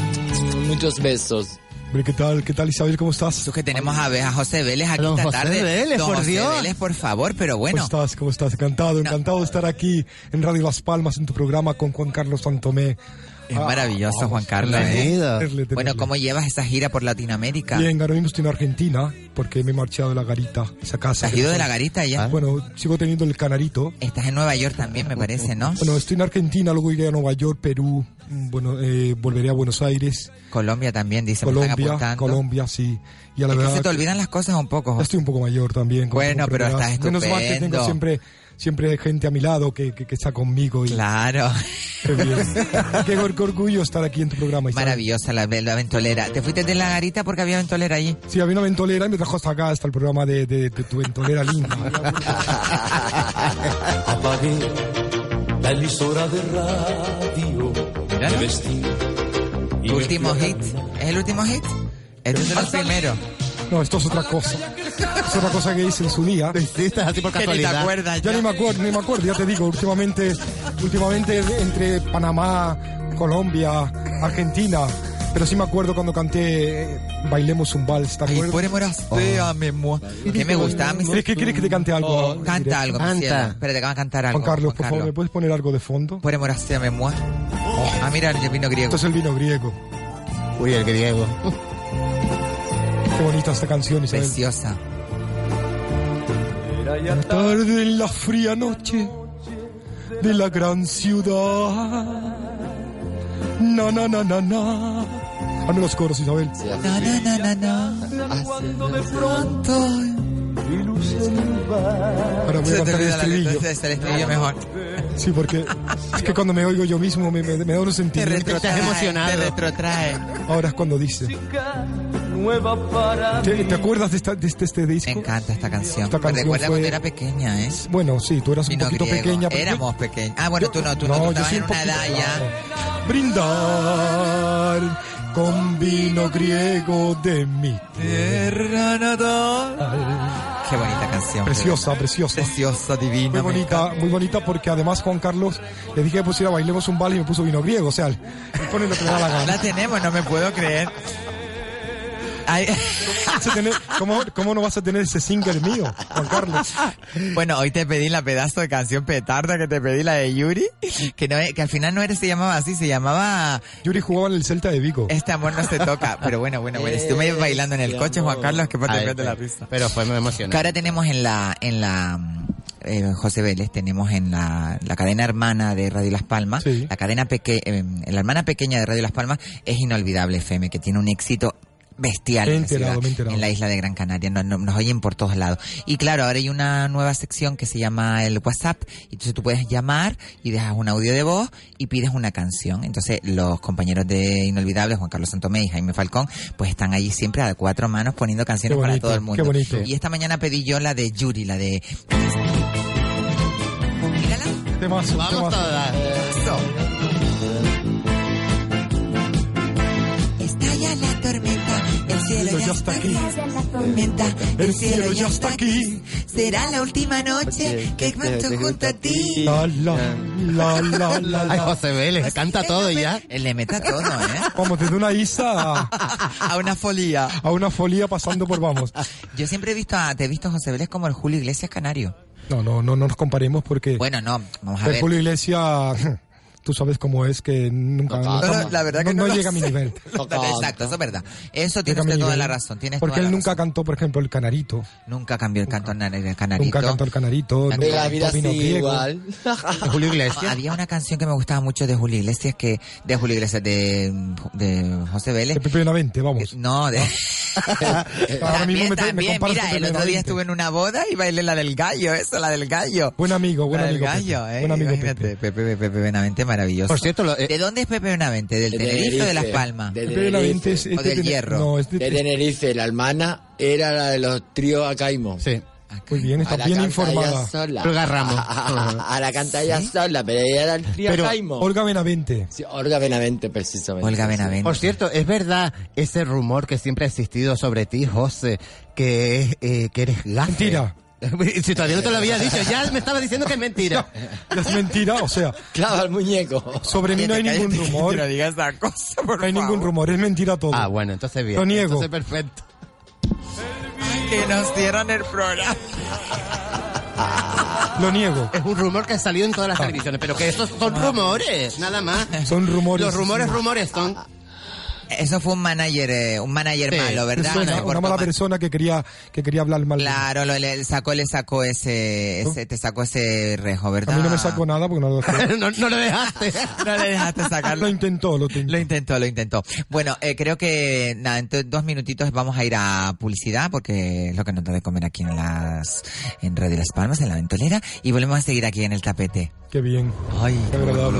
Muchos besos.
[LAUGHS] Hombre, ¿qué tal? ¿Qué tal, Isabel? ¿Cómo estás?
Eso que tenemos a, a José Vélez aquí
A don
esta
José
tarde.
Vélez,
Don
por
José
Dios. Pues
Vélez, por favor, pero
¿Cómo
bueno.
estás? ¿Cómo estás? Encantado, encantado de estar aquí en Radio Las Palmas, en tu programa con Juan Carlos Santomé.
Es maravilloso,
Ah,
Juan Carlos. ¿eh?
Bienvenido.
Tenerle, tenerle.
Bueno, ¿cómo llevas esa gira por Latinoamérica?
Bien, ahora mismo estoy en Argentina porque me he marchado de la garita, esa
¿Te
casa.
has
que
ido
no
de
sé.
la garita ya?
Bueno, sigo teniendo el canarito.
Estás en Nueva York también, me parece, ¿no?
Bueno, estoy en Argentina, luego iré a Nueva York, Perú, mm, bueno, eh, volveré a Buenos Aires,
Colombia también, dice, me están
Colombia,
apuntando.
Colombia, sí. Y a la
Es que
verdad
se te
que-
olvidan las cosas un poco. José.
Estoy un poco mayor también. como
Bueno, pero
comprenderás.
estás
Menos mal que
estupendo.
tengo siempre, siempre gente a mi lado que, que, que está conmigo. Y
Claro,
Qué bien. Qué gor- qué orgullo estar aquí en tu programa. Isabel.
maravillosa la, la ventolera. ¿Te fuiste de la garita porque había ventolera allí?
Sí, había una ventolera y me trajo hasta acá, hasta el programa de, de- de tu ventolera linda.
Apagué la emisora de radio. Me vestí. y
Tu
me
último
fui a
hit.
caminar.
¿Es el último hit? Este es el primero.
No, esto es otra cosa. Es otra cosa que hice en
[LAUGHS]
su día.
Sí, estás así por
Que ni te
casualidad.
acuerdas
Ya
ya.
ni me acuerdo, ni me acuerdo, ya te digo, últimamente, últimamente entre Panamá, Colombia, Argentina, pero sí me acuerdo cuando canté eh, Bailemos un vals, ¿te
Ay,
acuerdas?
pobre
Oh.
morastea, mi amor. Que me gustaba mi
¿Quieres que, quieres que te cante algo?
Oh, Canta algo, mi
Canta.
cielo. Espérate, que va a cantar algo.
Juan Carlos, por favor, ¿me puedes poner algo de fondo?
Pobre morastea, mi amor. Ah, mira, el vino griego.
Esto es el vino griego.
Uy, el griego.
Qué bonita esta canción, Isabel.
Preciosa.
Era
La tarde en la fría noche de la gran ciudad. Na, na, na, na, na. Hazme los coros, Isabel.
Na, na, na, na, na.
Cuando de pronto Ahora voy a
Se te
cantar el
olvida la letra,
estribillo.
este es el estribillo mejor.
Sí, porque es que cuando me oigo yo mismo me, me- me da un
Te
sentimiento.
retrotrae, te retrotrae.
Ahora es cuando dice.
Nueva para
¿Te, te acuerdas de, esta- de este, este disco? Me encanta
esta canción.
Esta canción
Recuerda
fue-
cuando era pequeña, ¿eh?
Bueno, sí, tú eras un
Vino
poquito
griego.
pequeña. pero-
Éramos pequeños. Ah, bueno, tú no, tú
No,
no, tú
yo
estabas
soy
en
un
una
poquito
edad ya.
Brindar con vino griego de mi
tierra Ah, natal. Qué bonita canción.
Preciosa, preciosa.
Preciosa, divina.
Muy
me
[LAUGHS] bonita, muy bonita porque además Juan Carlos le dije que pusiera bailemos un vals y me puso vino griego, o sea, me pone lo que me da la gana.
La tenemos, no me puedo creer.
[LAUGHS]
Ay.
Vas a tener- ¿Cómo, cómo no vas a tener ese single mío, Juan Carlos?
Bueno, hoy te pedí la pedazo de canción petarda que te pedí, la de Yuri, que no que al final no era, se llamaba así, se llamaba...
Yuri jugaba en el Celta de Vigo.
Este amor no se toca, pero bueno, bueno, bueno. Si tú me ibas bailando en el coche, Juan Carlos, que
Ay,
parte de la
pero-
pista.
Pero fue muy emocionante.
Que ahora tenemos en la, en la mm, eh, José Vélez, tenemos en la, la cadena hermana de Radio Las Palmas, la cadena peque, eh, la hermana pequeña de Radio Las Palmas es Inolvidable FM, que tiene un éxito bestial
Me he
en la
enterado,
ciudad,
me he enterado.
en la isla de Gran Canaria, no- no- nos, oyen por todos lados. Y claro, ahora hay una nueva sección que se llama el WhatsApp, y entonces tú puedes llamar y dejas un audio de voz y pides una canción. Entonces los compañeros de Inolvidable, Juan Carlos Santomé y Jaime Falcón, pues están allí siempre a cuatro manos poniendo canciones
Qué
para
bonito,
todo el mundo.
qué bonito.
Y esta mañana pedí yo la de Yuri, la de
Temazo,
Vamos
temazo.
todas.
Estalla la tormenta, el cielo ya está aquí. Tormenta, el cielo ya está aquí. Será la última noche que canto junto a ti.
La, la, [LAUGHS] la, la, la,
Ay,
la.
José Vélez, canta todo ya.
Él le meta todo, ¿eh?
[LAUGHS] Vamos, desde una isa a,
[LAUGHS] A una folía.
a una folía pasando por vamos.
[LAUGHS] Yo siempre he visto a, te he visto a José Vélez como el Julio Iglesias canario.
No, no, no, no nos comparemos porque
Bueno, no, vamos a
el
ver.
Julio Iglesia, [LAUGHS] tú sabes cómo es que nunca...
No,
nunca-
Ah, No, la verdad que no, lo
llega a mi
sé.
nivel.
No, no, Exacto, eso es verdad. Eso [LAUGHS] tiene
Llega a mi
usted toda
nivel.
la razón. Tienes
Porque
toda
él
la
nunca
razón.
cantó, por ejemplo, el canarito.
Nunca cambió el canto anar- el canarito.
Nunca cantó el canarito.
De
De
nunca
la
cantó
vida así
Vino Griego.
igual.
Julio
Ah,
Iglesias.
[LAUGHS] Había una canción que me gustaba mucho de Julio Iglesias, que de Julio Iglesias, de, de José Vélez. Eh,
De Pepe Benavente, vamos.
No, de...
[LAUGHS]
[LAUGHS]
Ahora
también,
mismo me, te- me
también, mira, el otro
comparas con Pepe
día
Benavente.
estuve en una boda y bailé la del gallo, eso, la del gallo.
Buen amigo, buen
la del
amigo. Pepe.
gallo, eh.
Buen amigo
imagínate,
Pepe.
Pepe. Pepe, Benavente, maravilloso.
Por cierto, lo- eh,
¿De dónde es Pepe Benavente? ¿Del
De
Tenerife o de Las
Tenerife.
Palmas?
De-
Pepe Benavente es...
O
es de este
del
Tene-
hierro.
No, es de-
De Tenerife, la hermana era la de los tríos Acaimo.
Sí.
Muy bien,
A
está
la
bien
canta
informada.
ella sola.
Olga Ramos.
[LAUGHS]
[LAUGHS]
A la canta ella sola, pero ella era el trío
Pero,
Acaimo.
Olga Benavente.
Sí, Olga Benavente, precisamente.
Olga
Sí.
Benavente.
Por cierto, ¿es verdad ese rumor que siempre ha existido sobre ti, José, que, es, eh, que eres gafe?
Mentira.
si todavía no te lo había dicho, ya me estaba diciendo que es
[LAUGHS]
mentira.
Es mentira, o sea,
Clava el muñeco.
sobre mí no hay
Cállate,
ningún
cállate,
rumor.
que [LAUGHS] No digas esa cosa, por
No hay ningún
favor.
rumor, es mentira todo.
Ah, bueno, entonces bien.
Lo niego.
Entonces perfecto.
Que nos cierran el programa.
Lo niego. Ah.
Es un rumor que ha salido en todas las televisiones, pero que esos son rumores, nada más. [LAUGHS]
Son rumores.
Los rumores, rumores son.
Eso fue un manager, eh, un manager
Sí,
malo, ¿verdad?
Persona,
No, se
una
portó
mala
mal.
persona que quería, que quería hablar mal. de mí.
Claro, lo, le sacó, le sacó ese, ese- te sacó ese rejo, ¿verdad?
A mí no me sacó nada porque no lo
no, no lo dejaste.
[LAUGHS] No le dejaste
Lo
sacarlo.
intentó, lo intentó.
Lo intentó, lo intentó. Bueno, eh, creo que nada, en to- dos minutitos vamos a ir a publicidad porque es lo que nos da de comer aquí en las en Radio Las Palmas, en la ventolera, y volvemos a seguir aquí en el tapete.
Qué bien.
Ay,
Qué agradable.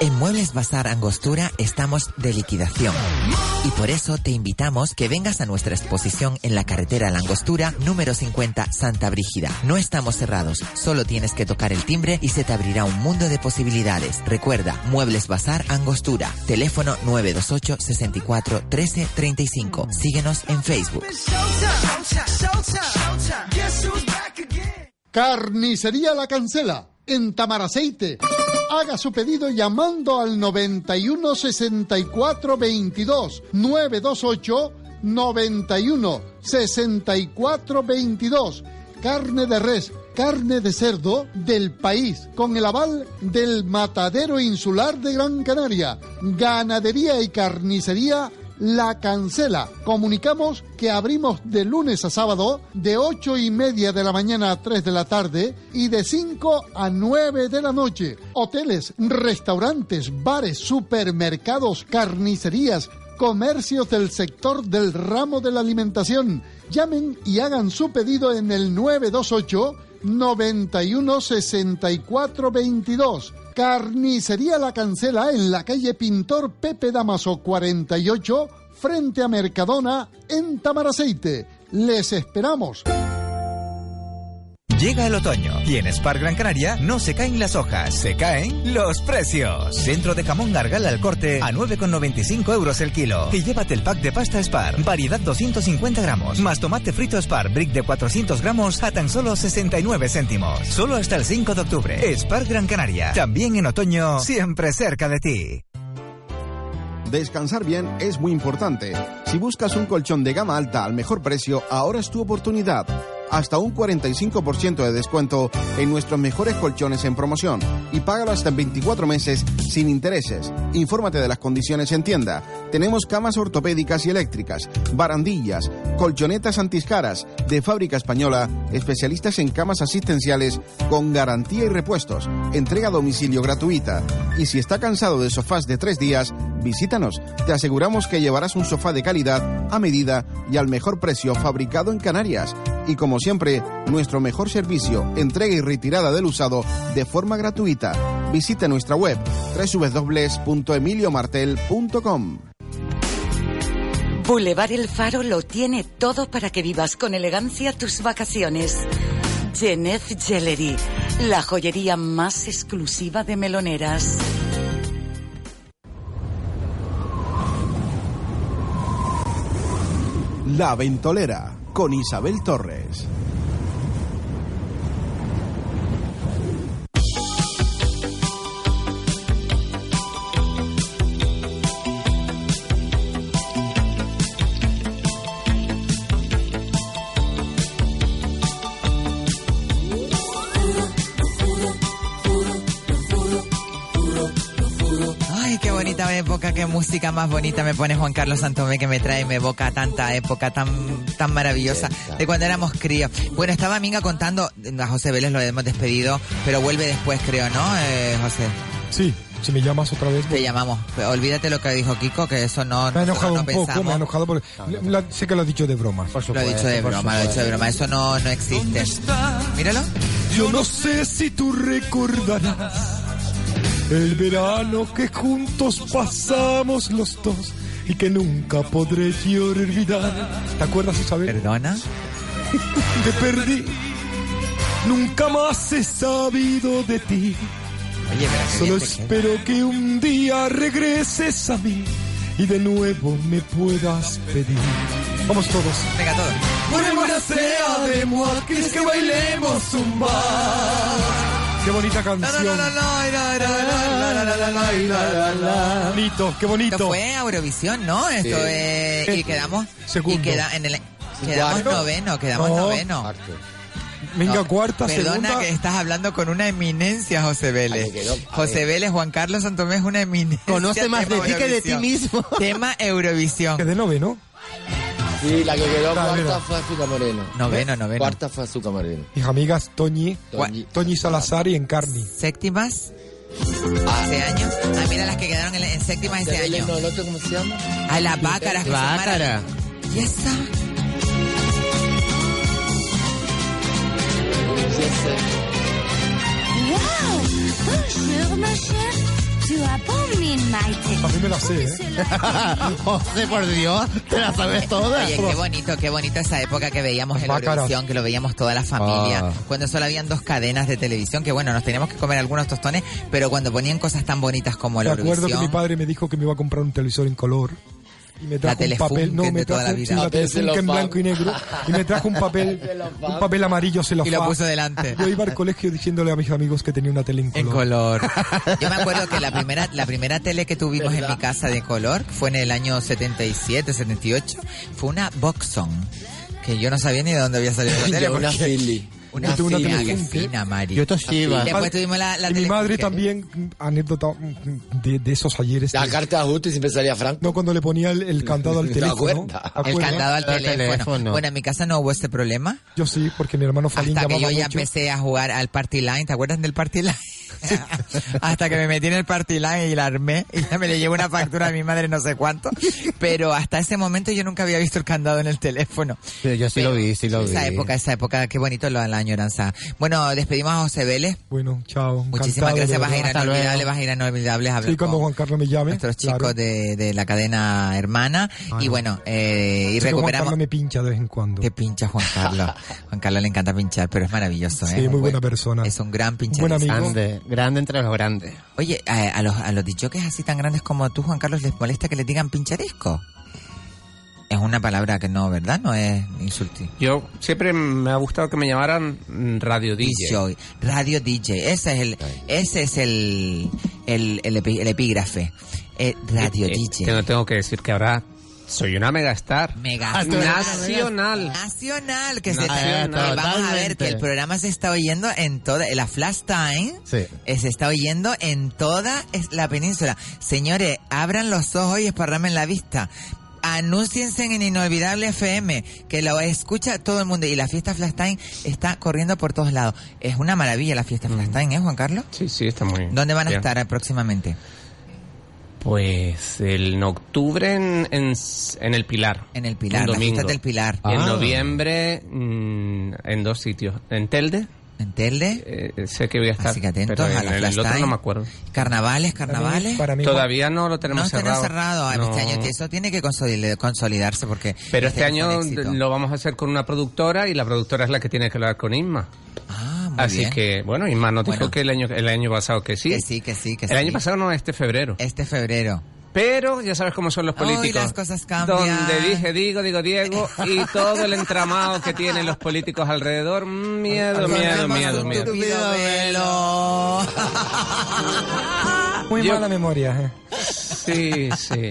En Muebles Bazar Angostura estamos de liquidación. Y por eso te invitamos que vengas a nuestra exposición en la carretera La Angostura, número 50, Santa Brígida. No estamos cerrados, solo tienes que tocar el timbre y se te abrirá un mundo de posibilidades. Recuerda, Muebles Bazar Angostura, teléfono 928 64 13 35. Síguenos en Facebook.
Carnicería La Cancela, en Tamaraceite. Haga su pedido llamando al 91 64 22 928 91 64 22. Carne de res, carne de cerdo del país con el aval del Matadero Insular de Gran Canaria. Ganadería y carnicería la Cancela. Comunicamos que abrimos de lunes a sábado de 8 y media de la mañana a 3 de la tarde y de 5 a 9 de la noche. Hoteles, restaurantes, bares, supermercados, carnicerías, comercios del sector del ramo de la alimentación. Llamen y hagan su pedido en el 928 91 64 22. Carnicería La Cancela en la calle Pintor Pepe Damaso 48, frente a Mercadona, en Tamaraceite. Les esperamos.
Llega el otoño y en Spar Gran Canaria no se caen las hojas, se caen los precios. Centro de jamón gargala al corte a 9,95 euros el kilo. Y llévate el pack de pasta Spar, variedad 250 gramos, más tomate frito Spar, brick de 400 gramos a tan solo 69 céntimos. Solo hasta el 5 de octubre. Spar Gran Canaria, también en otoño, siempre cerca de ti.
Descansar bien es muy importante. Si buscas un colchón de gama alta al mejor precio, ahora es tu oportunidad. Hasta un 45% de descuento en nuestros mejores colchones en promoción y págalo hasta en 24 meses sin intereses. Infórmate de las condiciones en tienda. Tenemos camas ortopédicas y eléctricas, barandillas, colchonetas antiscaras de fábrica española, especialistas en camas asistenciales con garantía y repuestos, entrega a domicilio gratuita. Y si está cansado de sofás de tres días, visítanos. Te aseguramos que llevarás un sofá de calidad, a medida y al mejor precio fabricado en Canarias. Y como siempre, nuestro mejor servicio, entrega y retirada del usado de forma gratuita. Visita nuestra web www.emiliomartel.com.
Boulevard El Faro lo tiene todo para que vivas con elegancia tus vacaciones. Genef Jewelry, la joyería más exclusiva de meloneras.
La Ventolera con Isabel Torres.
Ay, qué bonita época, qué música más bonita me pone Juan Carlos Santomé que me trae, me evoca tanta época tan, tan maravillosa de cuando éramos críos. Bueno, estaba Minga contando, a José Vélez lo hemos despedido, pero vuelve después creo, ¿no, eh, José?
Sí, si me llamas otra vez.
Te llamamos. Olvídate lo que dijo Kiko, que eso no
Me ha enojado
nosotros no
un poco,
pensamos.
me ha enojado porque... la- sé que lo ha dicho de broma.
Lo ha dicho de broma, lo ha dicho de broma, eso no, no existe. Míralo.
Yo no sé si tú recordarás el verano que juntos pasamos los dos y que nunca podré yo olvidar. ¿Te acuerdas, Isabel?
¿Perdona?
[LAUGHS] Te perdí. Nunca más he sabido de ti.
Oye, pero qué
Solo
bien te queda.
espero que un día regreses a mí y de nuevo me puedas pedir. Vamos todos.
Venga, todos.
Ponemos una sea de moi, ¿quieres que bailemos zumba? Qué bonita canción. Bonito, qué bonito.
Esto fue Eurovisión, ¿no? Esto
Sí.
es- Y quedamos.
Segundo.
Y queda en el, quedamos
Cuarto.
noveno, quedamos
No.
noveno.
Venga,
No,
cuarta,
Perdona
segunda.
que estás hablando con una eminencia, José Vélez.
Ay, que no, a
José
ver.
Vélez, Juan Carlos Santomé es una eminencia.
Conoce más
tema
de ti que de ti
Eurovisión. [LAUGHS] Tema Eurovisión.
Que de noveno.
Sí, la que quedó
Dale,
cuarta
dale.
fue Azúcar Moreno.
Noveno, noveno.
Cuarta fue Azúcar Moreno.
Mis amigas Toñi,
Toñi.
Toñi Salazar y Encarni.
Séptimas. Este año. Ah, mira las que quedaron en, en séptimas este año.
No, el otro, ¿cómo se llama?
A la Bácara.
Bácara.
¿Y esa?
Wow! Bonjour, ma chère. Tu as pas mis my ticket.
A mí me la sé, ¿eh?
[LAUGHS] José, por Dios, te la sabes pues. toda.
Oye, qué bonito, qué bonito esa época que veíamos en la
Bácaras.
televisión, que lo veíamos toda la familia,
Ah.
cuando solo habían dos cadenas de televisión, que bueno, nos teníamos que comer algunos tostones, pero cuando ponían cosas tan bonitas como
Me
la
acuerdo que mi
Eurovisión,
padre me dijo que me iba a comprar un televisor en color. Y me trajo un
Telefunken
papel, no,
de
me
toda
trajo
la vida.
sí, la
Papel
Telefunken en
celofán.
blanco y negro y me trajo un
[LAUGHS]
papel, un papel amarillo se
Y lo puso delante.
Yo iba al colegio diciéndole a mis amigos que tenía una tele en color.
yo me acuerdo que la primera, la primera tele que tuvimos en mi casa de color fue en el año 77, 78, fue una Boxon, que yo no sabía ni de dónde había salido la tele.
Yo una
porque-
Philly.
Una
Yo tuve una
fina,
que me
qué
funque.
fina, Mari. Yo tosiva. Y después tuvimos la- la
Y mi madre
telefunque.
también, mm, anécdota mm, de, de esos ayeres.
La carta justo y siempre salía Franco.
No, cuando le ponía el, el
[LAUGHS]
candado al
¿Te
teléfono.
acuerdas?
¿Te
El
acuerdas?
candado al teléfono. Bueno, en mi casa no hubo este problema.
Yo sí, porque mi hermano Falín
Hasta
llamaba
que yo ya
mucho.
empecé a jugar al Party Line. ¿Te acuerdas del Party Line? [LAUGHS] hasta que me metí en el Party Line y la armé. Y ya me le llevo una factura a mi madre, no sé cuánto. Pero hasta ese momento yo nunca había visto el candado en el teléfono.
Sí, yo sí lo vi, sí lo vi.
Esa época, esa época, qué bonito lo de la añoranza. Bueno, despedimos a José Vélez.
Bueno, chao.
Muchísimas
Encantado,
gracias,
de
vas a ir
verdad.
a Inolvidables, vas a ir a Inolvidables a hablar
Sí, cuando
con
Juan Carlos me llame.
nuestros chicos
claro.
de, de la cadena hermana. y bueno, eh, y
Sí, que Juan
recuperamos.
Carlos me pincha de vez en cuando.
Te pincha Juan Carlos. Juan Carlos le encanta pinchar, pero es maravilloso,
Sí,
¿eh?
muy
Un
buena persona.
Es un gran pinchar.
Buen amigo.
Grande, grande entre los grandes.
Oye, a, a los, a los disjockeys así tan grandes como tú, Juan Carlos, ¿les molesta que les digan pincharesco? Es una palabra que no, ¿verdad? No es insulti.
Yo siempre me ha gustado que me llamaran mm, Radio DJ.
DJ, Radio DJ, ese es el, ese es el, el, el epi- el epígrafe. Eh, radio
Eh, eh,
DJ.
Te no tengo que decir que ahora soy una megastar.
Megastar.
Nacional.
Nacional, que se
Nacional.
Eh, Vamos a ver
Ah, Totalmente.
que el programa se está oyendo en toda, la Flash Time
Sí.
eh, se está oyendo en toda es- la península. Señores, abran los ojos y esparramen la vista. Anúnciense en Inolvidable FM, que lo escucha todo el mundo. Y la fiesta Flash Time está corriendo por todos lados. Es una maravilla la fiesta Flash Time, ¿eh, Juan Carlos?
Sí, sí, está muy bien.
¿Dónde van a estar eh, próximamente?
Pues el- en octubre en, en, en el Pilar.
En el Pilar,
Un
la
domingo.
fiesta del Pilar.
Y en
Ah.
noviembre mm, en dos sitios. En Telde. Eh,
¿En Telde?
sé que voy a estar.
Así que atentos
pero en,
a la
el
Flash
otro
Time.
no me acuerdo.
Carnavales, carnavales.
Todavía no lo tenemos
no
cerrado.
tenemos cerrado ah,
No.
este año. Eso tiene que consolid- consolidarse porque.
Pero este
es un
año
éxito.
lo vamos a hacer con una productora y la productora es la que tiene que hablar con Isma.
Ah, muy
Así
bien.
que, bueno, Isma nos dijo
Bueno.
que el año, el año pasado que sí.
Que sí, que sí, que
el
sí.
año pasado no, este febrero.
Este febrero.
Pero ya sabes cómo son los
Ay,
políticos.
las cosas cambian.
Donde dije, digo, digo, Diego, y todo el entramado que tienen los políticos alrededor. mm, Miedo, miedo, miedo, miedo.
[LAUGHS] Muy
Yo-
mala memoria. ¿eh?
Sí, sí.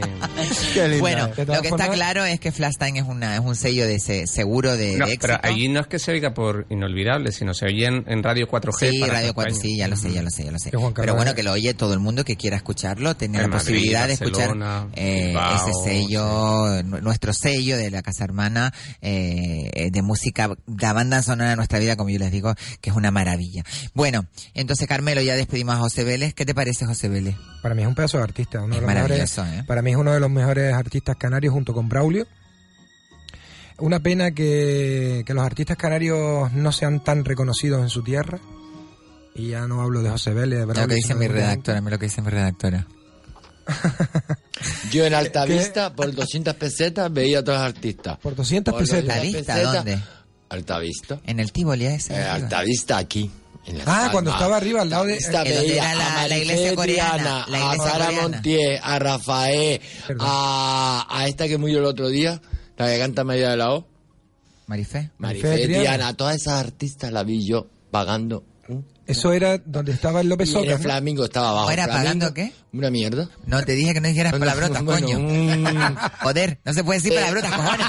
Bueno,
De todas
lo que está
formas-
claro es que Flash Time es, una, es un sello de se- seguro [LAUGHS] de,
No,
de éxito.
pero allí no es que se oiga por inolvidable, sino se oye en, en Radio 4G.
Sí,
para
Radio 4,
España.
sí, ya lo sé, ya lo sé, ya lo sé.
Que Juan
Pero
Carlos-
bueno, que lo oye todo el mundo que quiera escucharlo, tener
En
la
Madrid,
posibilidad de escuchar
Barcelona,
eh,
Bilbao,
ese sello, nu- nuestro sello de la Casa Hermana, eh, eh, de música, la banda sonora de nuestra vida, como yo les digo, que es una maravilla. Bueno, entonces Carmelo, ya despedimos a José Vélez. ¿Qué te parece, José Vélez?
Para mí es un pedazo de artista. Uno de
Es
los mejores,
maravilloso, ¿eh?
Para mí es uno de los mejores artistas canarios junto con Braulio. Una pena que, que los artistas canarios no sean tan reconocidos en su tierra. Y ya no hablo de José Vélez, de Braulio.
Lo que dice
sino
mi
de-
redactora, me lo que dice mi redactora.
Yo en Altavista, por 200 pesetas, veía a todos los artistas.
Por 200 pesetas.
¿Altavista dónde?
Altavista.
En el Tivoli ¿eh? ese.
Eh, Altavista aquí. en la
Ah,
Palma.
cuando estaba arriba al lado de...
Esta
El donde
veía
era la-
a
la iglesia
Maricel
coreana,
Diana,
la iglesia
a Sara
coreana.
Montiel, a Rafael, a, a esta que murió el otro día, la que canta Media de la O.
Marifé.
Marifé Diana, todas esas artistas la vi yo pagando.
Eso era donde estaba el López
Y el
Socas, ¿no?
Flamingo estaba abajo.
¿Ahora
Flamingo,
pagando qué?
Una mierda. mm.
No, te dije que no
[LAUGHS]
dijeras palabrotas, coño. Joder, no se puede decir
Eh,
palabrotas, cojones.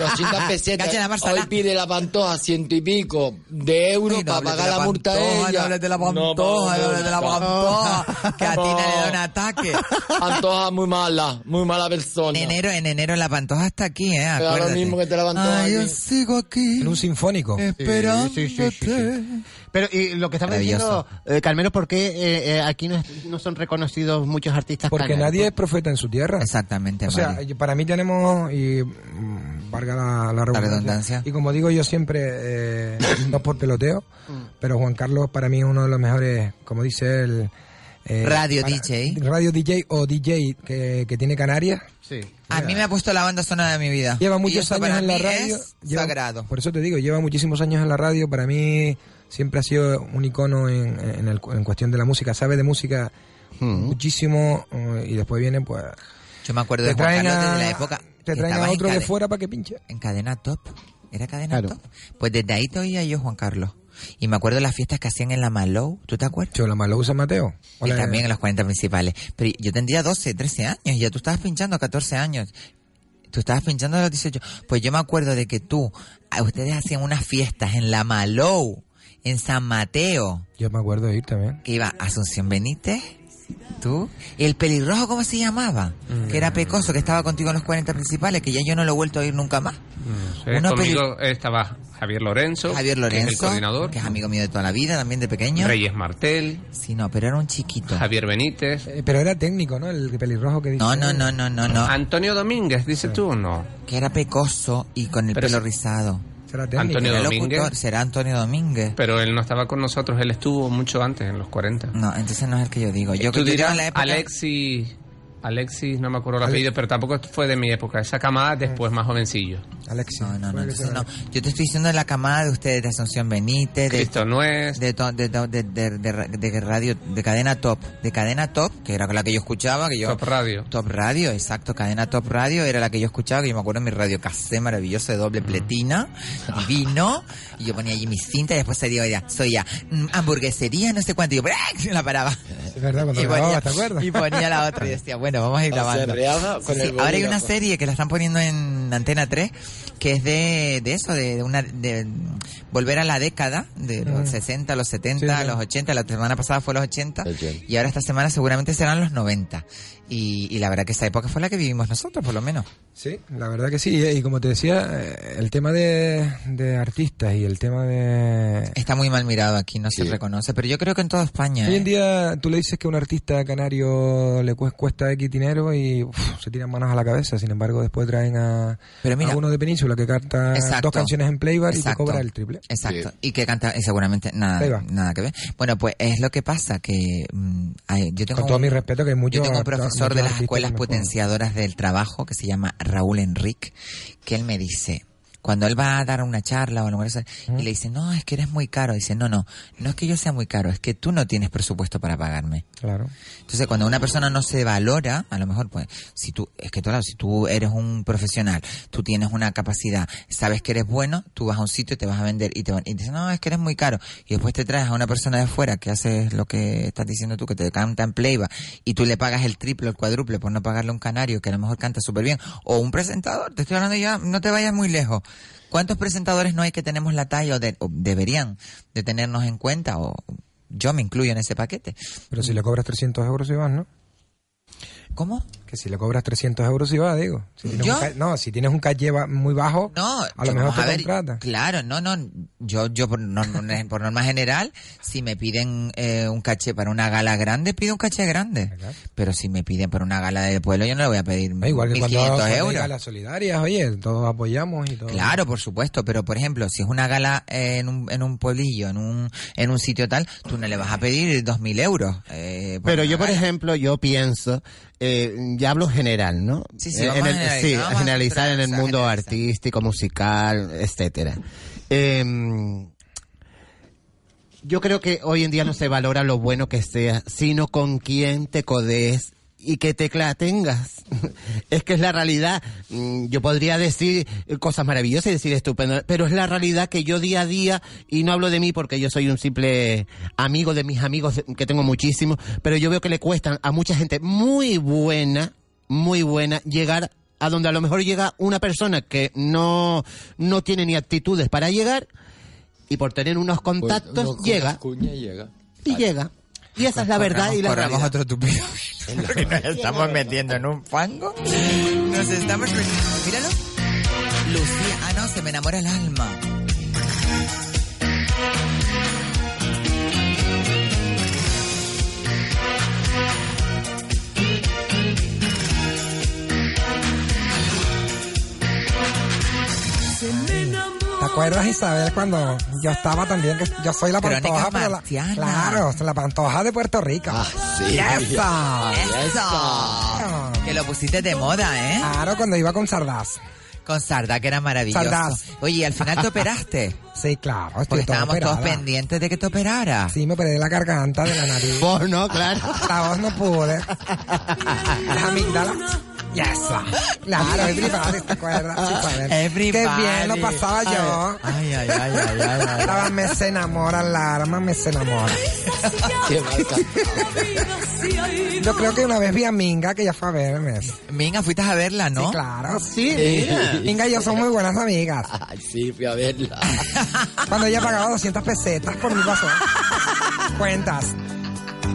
200 pesetas.
Cacha la Barça,
Hoy
la-
pide la pantoja ciento y pico de euros para
hables
pagar
de
la,
la
multa a
Pantoja, no
[LAUGHS] ella.
hables de la Pantoja, no hables de la Pantoja, que a ti no le da un ataque.
[LAUGHS] Pantoja muy mala, muy mala persona.
En enero, en enero la pantoja está aquí, ¿eh?
Pero ahora
Acuérdate.
mismo que te la Pantoja
Ay, yo
aquí.
sigo aquí.
En un sinfónico.
Esperándote.
Sí, sí, sí, sí, sí. Pero y lo que estaba diciendo, eh, Carmelo, ¿por qué eh, eh, aquí no, es- no son reconocidos muchos artistas
Porque
canarios?
nadie es profeta en su tierra.
Exactamente,
O sea,
Mari.
yo- para mí tenemos, y mm, valga la, la redundancia,
redundancia.
y como digo yo siempre, eh, no por peloteo,
Mm.
pero Juan Carlos para mí es uno de los mejores, como dice él... eh,
Radio
para-
DJ.
Radio DJ o DJ que, que tiene Canarias.
A mí me ha puesto la banda sonora de mi vida.
Lleva
Y
muchos
eso
años
para
en la
mí
radio.
es
lleva-
sagrado.
Por eso te digo, lleva muchísimos años en la radio. Para mí siempre ha sido un icono en, en el- en cuestión de la música. Sabe de música
Mm.
muchísimo eh, y después viene pues...
Yo me acuerdo de
Te
Juan
traen
Carlos
a-
desde la época.
te
que
traen a
estabas en
otro de
cade-
fuera para que pinche.
En cadena top. Era cadena
Claro.
top. Pues desde ahí te oía yo, Juan Carlos. Y me acuerdo de las fiestas que hacían en la Malou. ¿Tú te acuerdas?
Yo, la Malou San Mateo.
Y
Hola. eh.
también en los 40 principales. Pero yo tendría 12, 13 años. y Ya tú estabas pinchando a 14 años. Tú estabas pinchando a los 18. Pues yo me acuerdo de que tú, a ustedes hacían unas fiestas en la Malou. en San Mateo.
Yo me acuerdo de ir también.
Que iba Asunción Benítez, tú, y el pelirrojo, ¿cómo se llamaba? Que
Mm.
era pecoso, que estaba contigo en los 40 principales, que ya yo no lo he vuelto a oír nunca más.
Eh,
Una
conmigo estaba Javier Lorenzo.
Javier
que es
Lorenzo,
el coordinador.
que es amigo mío de toda la vida, también de pequeño.
Reyes Martel.
Sí, no, pero era un chiquito.
Javier Benítez.
Eh, Pero era técnico, ¿no? El pelirrojo que dice.
No, no, no, no, no, no.
Antonio Domínguez, dices tú o no.
Que era pecoso y con el
Pero
pelo
se-
rizado.
¿Será
técnico. Antonio
Era locutor,
Domínguez.
Será Antonio Domínguez.
Pero él no estaba con nosotros, él estuvo mucho antes, en los 40.
No, entonces no es el que yo digo. Yo
Tú
que yo
dirás
en la época.
Alexis, Alexis, no me acuerdo el apellido, pero tampoco fue de mi época. Esa camada después más jovencillo.
Alexis.
No, no, no, entonces no. Yo te estoy diciendo de la camada de ustedes, de Asunción Benítez, de,
Cristo Nuez.
de, to- de, to- de, de- de ra- de radio, de cadena top, de cadena top, que era la que yo escuchaba, que yo...
Top Radio.
Top Radio, exacto, cadena Top Radio era la que yo escuchaba, que yo me acuerdo en mi radio cassé maravilloso de doble pletina, divino, y yo ponía allí mi cinta y después se dio ya, soy ya, mm, hamburguesería, no sé cuánto, y yo ¡brac! [LAUGHS] la paraba.
Es verdad, cuando
Y
grababas,
ponía,
¿te
[LAUGHS]
acuerdas?
y ponía la otra y decía, bueno, vamos a ir
O sea,
grabando.
reaba con
Sí, sí,
el
Ahora hay una
bolígrafo.
serie que la están poniendo en Antena 3, que es de, de eso, de, de una de volver a la década, de los
Mm.
60, los 70,
Sí, sí.
los 80, la semana pasada fue los 80, y ahora esta semana seguramente serán los 90. Y, y la verdad que esa época fue la que vivimos nosotros, por lo menos.
Sí, la verdad que sí. eh, Y como te decía, eh, el tema de, de artistas y el tema de...
Está muy mal mirado aquí, no se reconoce, pero yo creo que en toda España.
Hoy en
¿eh?
día tú le dices que a un artista canario le cues- cuesta X dinero y uf, se tiran manos a la cabeza. Sin embargo, después traen a,
Pero mira-
a uno de Península que canta
Exacto.
dos canciones en playback y te
Exacto.
cobra el triple.
Exacto. Y que canta, y seguramente
Ahí
nada,
va.
nada que ver. Bueno, pues es lo que pasa, que mm, hay- yo tengo
Con todo
un-
mi respeto que hay muchos
Yo tengo un
arta-
profesor
muchos
de las
artistas
escuelas
que me
potenciadoras del trabajo que se llama Raúl Enrique, que él me dice, cuando él va a dar una charla o algo así, y le dice, no, es que eres muy caro. Dice, no, no, no es que yo sea muy caro, es que tú no tienes presupuesto para pagarme.
Claro.
Entonces, cuando una persona no se valora, a lo mejor, pues, si tú, es que claro, si tú eres un profesional, tú tienes una capacidad, sabes que eres bueno, tú vas a un sitio y te vas a vender y te van, y te dicen, no, es que eres muy caro. Y después te traes a una persona de fuera que hace lo que estás diciendo tú, que te canta en playback, y tú le pagas el triple o el cuádruple por no pagarle a un canario que a lo mejor canta súper bien, o un presentador, te estoy hablando ya, no te vayas muy lejos. ¿Cuántos presentadores no hay que tenemos la talla o, de- o deberían de tenernos en cuenta o yo me incluyo en ese paquete?
Pero si le cobras 300 euros y vas, ¿no?
¿Cómo?
Que si le cobras 300 euros y vas, digo. Si tienes
¿Yo?
un ca- no, si tienes un calle ba- muy bajo,
No,
a
yo-
lo mejor
vamos
te
a ver,
contratan.
Claro, no, no. Yo, yo por, no- no- [LAUGHS] por norma general, si me piden eh, un caché para una gala grande, pido un caché grande. Pero si me piden para una gala de pueblo, yo no le voy a pedir
Da igual que cuando,
1.500
cuando hay
euros.
galas solidarias, oye, todos apoyamos y todo.
Claro, por supuesto, pero por ejemplo, si es una gala eh, en, un, en un pueblillo, en un, en un sitio tal, tú no le vas a pedir 2.000 euros. eh, por
Pero
una
yo, por
gala.
ejemplo, yo pienso, eh, ya hablo general, ¿no?
Sí, sí,
Eh,
vamos
en
a
el,
generalizar,
sí,
vamos a
generalizar en el
generalizar,
mundo artístico, musical, etcétera. Eh, yo creo que hoy en día no se valora lo bueno que seas, sino con quién te codees y qué tecla tengas. [LAUGHS] es que es la realidad. Mm, Yo podría decir cosas maravillosas y decir estupendo, pero es la realidad que yo día a día, y no hablo de mí porque yo soy un simple amigo de mis amigos, que tengo muchísimos, pero yo veo que le cuestan a mucha gente muy buena, muy buena, llegar a donde a lo mejor llega una persona que no, no tiene ni actitudes para llegar y por tener unos contactos
Uno con
llega
las cuñas llega.
y llega. Y esa es la verdad y la
Corramos
realidad.
otro tupido. [LAUGHS] Porque nos estamos metiendo en un fango. Nos estamos. Míralo. Lucía. Ah, no, se me enamora el alma.
¿Te acuerdas, Isabel, cuando yo estaba también, que yo soy la
Crónica
pantoja, pero la,
marciana.
claro, soy la pantoja de Puerto Rico.
Ah.
sí.
¡Eso!
Eso. Que lo pusiste de moda, ¿eh?
Claro, cuando iba con Sardás.
Con Sarda, que era maravilloso.
Sardás.
Oye, ¿y al final te
[LAUGHS]
operaste.
Sí, claro, estoy
Porque
toda
estábamos todos
operada.
pendientes de que te operara.
Sí, me operé de
[LAUGHS]
la garganta, de la nariz.
Vos no, claro.
La voz no pude. Las amígdalas. Yes. Claro, everybody se acuerda. Sí,
[LAUGHS]
joder. Qué bien lo pasaba yo.
Ay, ay, ay, ay, ay. ay.
Estaba, me se enamora, la arma me se enamora.
Qué mal
Yo creo que una vez vi a Minga que ya fue a verme.
Minga, fuiste a verla, ¿no?
Sí, claro, sí.
Sí.
mira. Minga y yo somos muy buenas amigas.
Ay, sí, fui a verla.
Cuando ella pagaba 200 pesetas por mi paso. Cuentas.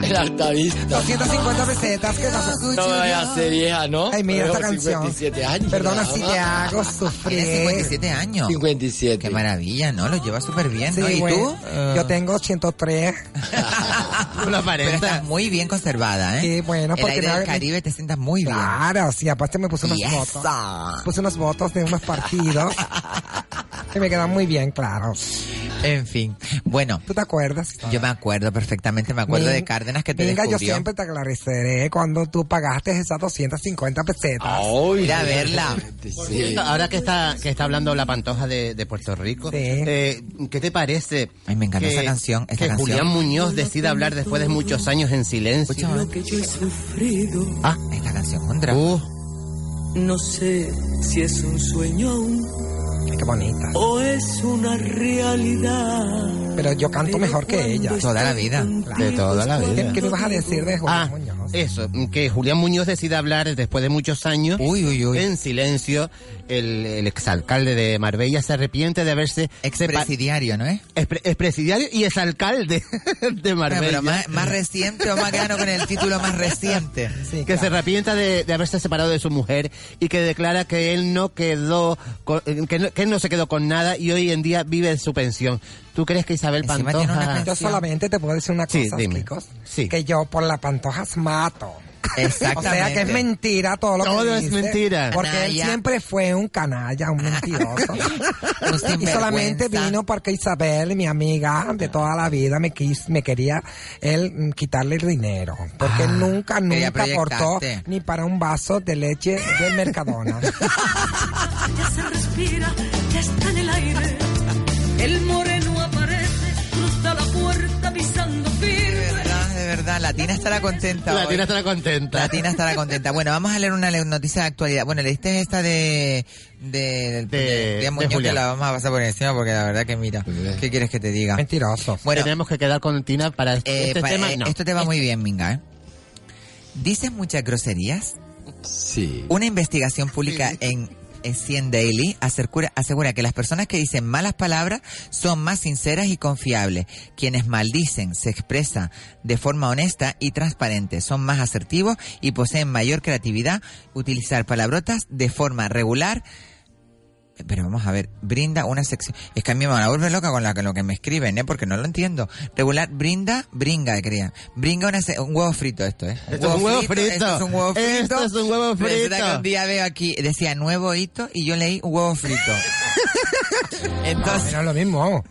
El altavista.
250 pesetas, ¿qué pasó?
No me vayas a hacer vieja, ¿ah, ¿no?
Ay, mira esta
Tengo
canción.
57 años.
Perdona
nada
si
más.
te hago sufrir.
Tienes 57 años.
57.
Qué maravilla, ¿no? Lo llevas súper bien,
Sí,
¿no? ¿Y
bueno,
tú?
Yo tengo 103.
Ah, Pero estás muy bien conservada, ¿eh?
Sí, bueno,
El
porque
aire
no-
del Caribe te sientas muy bien.
Claro, sí, aparte me puse unas
Y
fotos.
eso.
Puse unos votos de
[LAUGHS]
unos partidos que me quedan muy bien claros.
En fin, bueno.
¿Tú te acuerdas?
Yo me acuerdo perfectamente, me acuerdo
Min-
de Cárdenas que te
Venga, yo
descubrió.
siempre te aclareceré cuando tú pagaste esas 250 pesetas.
Ir a verla.
Sí. Ahora que está, que está hablando la pantoja de, de Puerto Rico, eh, ¿qué te parece?
Ay, me encanta
que-
esa canción, esa
que
canción.
Julián Muñoz decida hablar después de muchos años en silencio.
Ah, esta canción contra.
No sé si es un sueño aún
Qué bonita.
o es una realidad.
Pero yo canto mejor que ella.
Toda la vida.
De toda la
pues, ¿Qué-
vida.
¿Qué me vas a decir de Juan
Ah, eso, que Julián Muñoz decida hablar después de muchos años en silencio. El, el exalcalde de Marbella se arrepiente de haberse...
Expresidiario, ¿no es?
Expre- Expresidiario y exalcalde [LAUGHS] de Marbella.
pero más, más reciente o más gano con el título más reciente.
que se arrepienta de, de haberse separado de su mujer y que declara que él no quedó con- que, no, que él no se quedó con nada y hoy en día vive en su pensión. ¿Tú crees que Isabel Pantoja
Yo solamente te puedo decir una
Sí,
cosa,
dime.
chicos. Que yo por las pantojas mato. O
Exactamente.
sea que es mentira todo lo que
Todo es
dice,
mentira.
Porque él
Canalla.
siempre fue un canalla, un
[LAUGHS]
mentiroso. y
sinvergüenza.
solamente vino porque Isabel, mi amiga de toda la vida, me quis, me quería él mm, quitarle el dinero.
Ah,
Porque nunca,
quería
nunca aportó
proyectarte.
ni para un vaso de leche del
[LAUGHS]
Mercadona.
Ya se respira, ya está en el aire. El moreno aparece, cruza la puerta pisando firme.
Ah, de verdad, Latina estará contenta.
Latina
hoy.
estará contenta.
Latina estará contenta. Bueno, vamos a leer una le- noticia de actualidad. Bueno, leíste esta de de, de,
de
Muñoz,
Julián.
que la vamos a pasar por encima porque la verdad que mira, ¿qué quieres que te diga?
Mentiroso.
Bueno.
tenemos que quedar con Tina para
Eh,
este
pa-
tema?
eh,
No.
Esto te va muy bien, Minga. ¿eh? ¿Dices muchas groserías?
Sí.
Una investigación pública en en CN Daily asegura, asegura que las personas que dicen malas palabras son más sinceras y confiables. Quienes maldicen se expresan de forma honesta y transparente, son más asertivos y poseen mayor creatividad. Utilizar palabrotas de forma regular. Pero vamos a ver, brinda una sección. Es que a mí me van a volver loca con la- con lo que me escriben, ¿eh? Porque no lo entiendo. Regular, brinda, bringa, quería. Bringa una se- un huevo frito esto, ¿eh?
Esto es un huevo frito.
Esto es un huevo frito.
Esto es un huevo
Resulta
frito.
que un día veo aquí, decía nuevo hito y yo leí huevo frito. Entonces,
no, es lo mismo.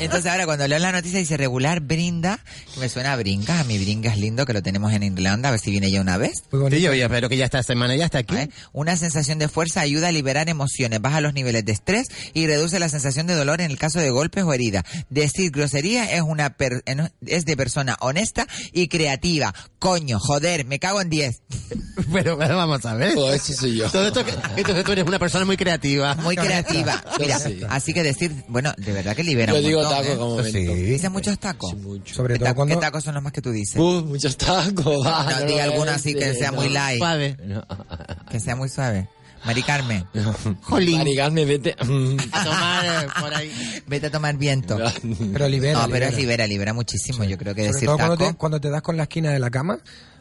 entonces ahora cuando leo la noticia dice regular brinda, que me suena a brinca, a mi brinca es lindo que lo tenemos en Irlanda, a ver si viene ya una vez.
Sí, yo ya espero que ya esta semana ya está aquí.
Una sensación de fuerza ayuda a liberar emociones, baja los niveles de estrés y reduce la sensación de dolor en el caso de golpes o heridas. Decir grosería es una per- eh, no, es de persona honesta y creativa. Coño, joder, me cago en 10.
[LAUGHS] Pero, pero vamos a ver.
Todo eso Oh,
[LAUGHS]
soy yo.
Todo esto que- entonces tú eres una persona muy creativa.
Muy creativa. Mira,
Sí.
así que decir, bueno, de verdad que libera
Yo
un
digo
montón,
taco
¿eh?
como momento.
Dices muchos tacos.
Sobre
¿Qué
todo
taco-
cuando-
¿Qué tacos son los más que tú dices?
Uh, muchos
No,
tacos. ah,
di
no,
alguno así que
este,
sea muy
no.
light.
Suave.
Que sea muy suave. Mari Carmen,
Jolín.
Marigarme, vete. Mm.
A tomar eh, por ahí.
vete a tomar viento.
Pero libera.
no, pero
libera.
es libera, libera muchísimo. Yo creo que
Sobre
decir
todo
taco.
cuando te, cuando te das con la esquina de la cama,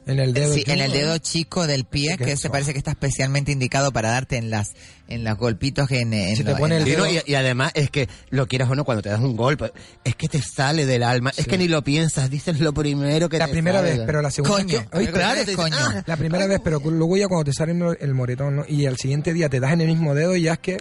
en el dedo.
Sí, en el
chulo,
dedo chico del pie,
que
que
es
se
suave.
parece que está especialmente indicado para darte en las en los golpitos que en, en
Si te
lo-
pone
en
el
la-
Sí, no, y, y además es que lo quieras o no cuando te das un golpe, es que te sale del alma, es que ni lo piensas, dices lo primero que
La
te
primera
salga.
vez, pero la segunda.
Coño,
vez
pero claro,
te-
coño.
ah,
La primera vez, pero luego ya cuando te sale el mo- el moretón ¿no? y al siguiente día te das en el mismo dedo y ya es que.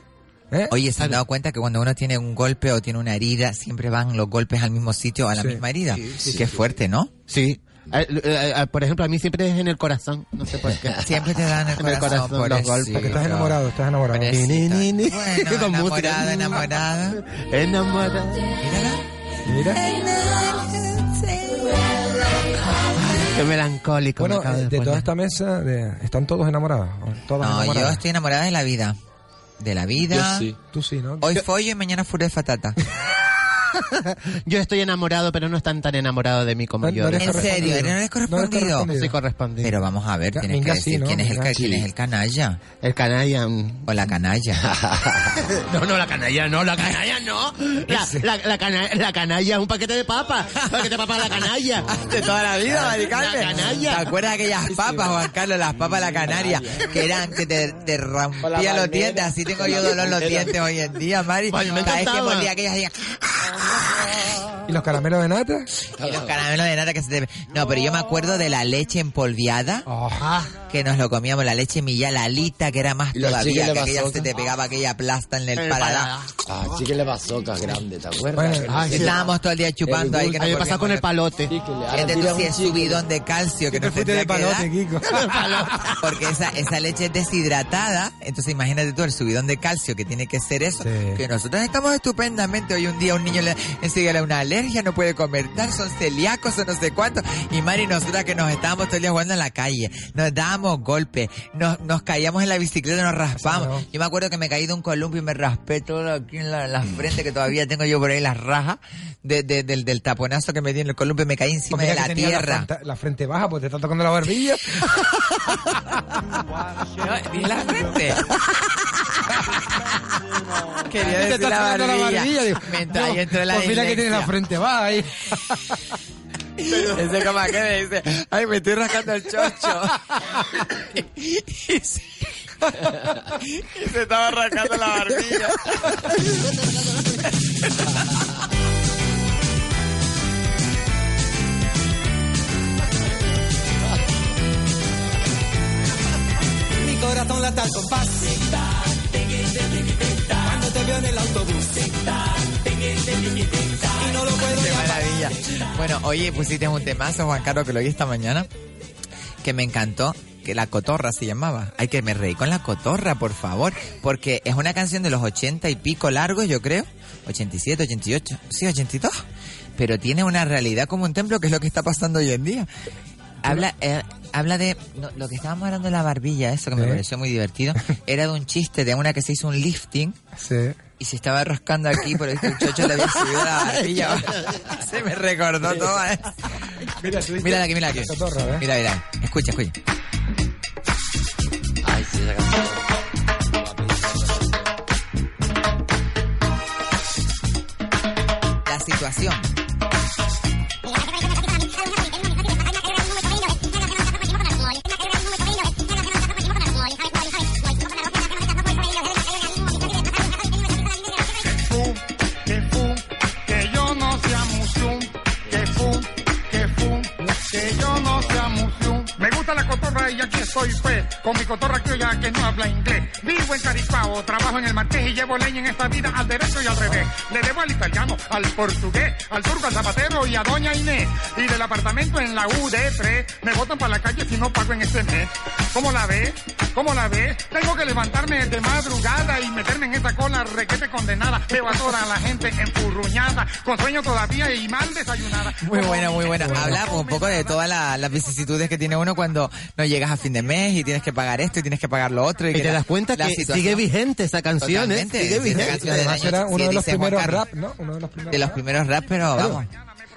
¿eh?
Oye, ¿se han dado cuenta que cuando uno tiene un golpe o tiene una herida, siempre van los golpes al mismo sitio, a la
Sí.
misma herida?
sí,
Qué fuerte, ¿no?
Sí. Eh, eh, eh, Por ejemplo, a mí siempre es en el corazón, no sé por qué.
[LAUGHS] Siempre te dan el
[LAUGHS] En el
corazón,
corazón,
por
los golpes.
Porque estás enamorado, estás enamorado.
Ni, ni, ni. [LAUGHS]
Bueno,
Con música.
enamorada, enamorada.
Enamorada.
Mírala.
Mira.
Qué melancólico.
Bueno,
me acabo
eh, de,
poner.
toda esta mesa, de- ¿están todos enamorados? Todas
No, yo
enamoradas.
estoy enamorada de la vida. De la vida.
Yo sí. Tú sí, ¿no?
Hoy follo y mañana furé fatata.
[LAUGHS] Yo estoy enamorado, pero no están tan enamorados de mí como
No-
yo.
no eres ¿En correspondido. serio? ¿No eres correspondido?
Sí, correspondido.
Pero vamos a ver, tienes que decir quién, es el, ca- quién es el canalla.
El canalla.
O la canalla.
[LAUGHS] No, no, la canalla no, la canalla no. La, la, la, cana- la canalla es un paquete de papas. Paquete de papas a la canalla.
De toda la vida, Mari Carmen.
La
¿Te
canalla.
acuerdas de aquellas papas, Juan Carlos? Las papas de la canaria. Que eran, que te, te rompía los
palmera.
dientes. Así tengo yo dolor en los dientes hoy en día, Mari. Cada
me
vez que
encantaba.
mordía aquellas días.
¿Y los caramelos de nata?
Y los caramelos de nata que se te... No, pero yo me acuerdo de la leche empolviada. Que nos lo comíamos, la leche millá, la alita, que era más
Y los
todavía.
chicle
Que aquella
bazooka.
se te pegaba, aquella plasta en el
El
paladar.
Ah, chiquile bazooka grande, ¿te acuerdas?
Bueno, ay, estábamos todo el día chupando ahí. Que nos volvíamos locos.
palote.
Ahora Este tú sí es subidón de calcio que no
fuiste
tendría que
de palote,
dar.
Kiko.
[LAUGHS] Porque esa, esa leche es deshidratada. Entonces imagínate tú el subidón de calcio que tiene que ser eso. Que nosotros estamos estupendamente. Hoy un día un niño le enseguida le da una alergia, no puede comer tal, son celíacos o no sé cuánto. Y Mari y nosotras que nos estábamos todo el día jugando en la calle. Nos dábamos golpes, nos, nos caíamos en la bicicleta, nos raspamos. Yo me acuerdo que me caí de un columpio y me raspé todo aquí en la, en la frente que todavía tengo yo por ahí las rajas de- de- del, del taponazo que me di en el columpio y me caí encima
Porque ya
de
que
la
tenía
tierra.
frente- La frente, baja, pues te está tocando la barbilla.
[LAUGHS] Y la frente. [LAUGHS] Quería
[LAUGHS] te
decir
está
la
tocando la
barbilla.
barbilla. digo,
Mientras
no,
ahí entró la
pues mira que tiene la
dislexia.
frente baja ahí.
Ese como que me dice, ay, me estoy rascando el chocho. y, se, y se estaba rascando la
[LAUGHS]
barbilla.
Mi corazón lata al compás. Cuando te veo en el autobús. Y no lo puedo
Qué maravilla. Bueno, oye, pusiste un temazo, Juan Carlos, que lo oí esta mañana, que me encantó, que La Cotorra se llamaba. Ay, que me reí con La Cotorra, por favor, porque es una canción de los ochenta y pico largos, yo creo, 87, 88, sí, 82, pero tiene una realidad como un templo, que es lo que está pasando hoy en día. Habla, eh, habla de no, lo que estábamos hablando de la barbilla, eso que me
Sí.
pareció muy divertido, era de un chiste de una que se hizo un lifting
Sí.
y se estaba rascando aquí, pero el chocho le había subido la
[LAUGHS]
barbilla. Se me recordó todo. ¿eh?
Mira,
Mírala aquí, mira aquí.
Cotorra, ¿eh?
Mira, mira. Escucha, escucha.
Ay, sí, esa canción.
La situación.
que fum, que yo no sea muslum, que fum, que fum, que yo no sea muslum. Me gusta la cotorra y aquí estoy pues, con mi cotorra criolla que no habla inglés. Vivo en Caripao, trabajo en el martes y llevo leña en esta vida al derecho y al revés. Le debo al italiano, al portugués, al turco, al zapatero y a doña Inés. Y del apartamento en la UD3, me botan para la calle si no pago en este mes. ¿Cómo la ves? ¿Cómo la ves? Tengo que levantarme de madrugada y meterme en esta cola requete condenada. Veo a toda la gente enfurruñada, con sueño todavía y mal desayunada.
Muy buena, muy buena. Hablamos un poco de todas la- las vicisitudes que tiene uno cuando no llegas a fin de mes y tienes que pagar esto y tienes que pagar lo otro. Y,
Y te das cuenta que sigue vigente esa canción, ¿eh? Sigue vigente.
Además, era uno de los primeros rap, ¿no? Uno de los primeros.
De los primeros rap, pero
Claro.
vamos.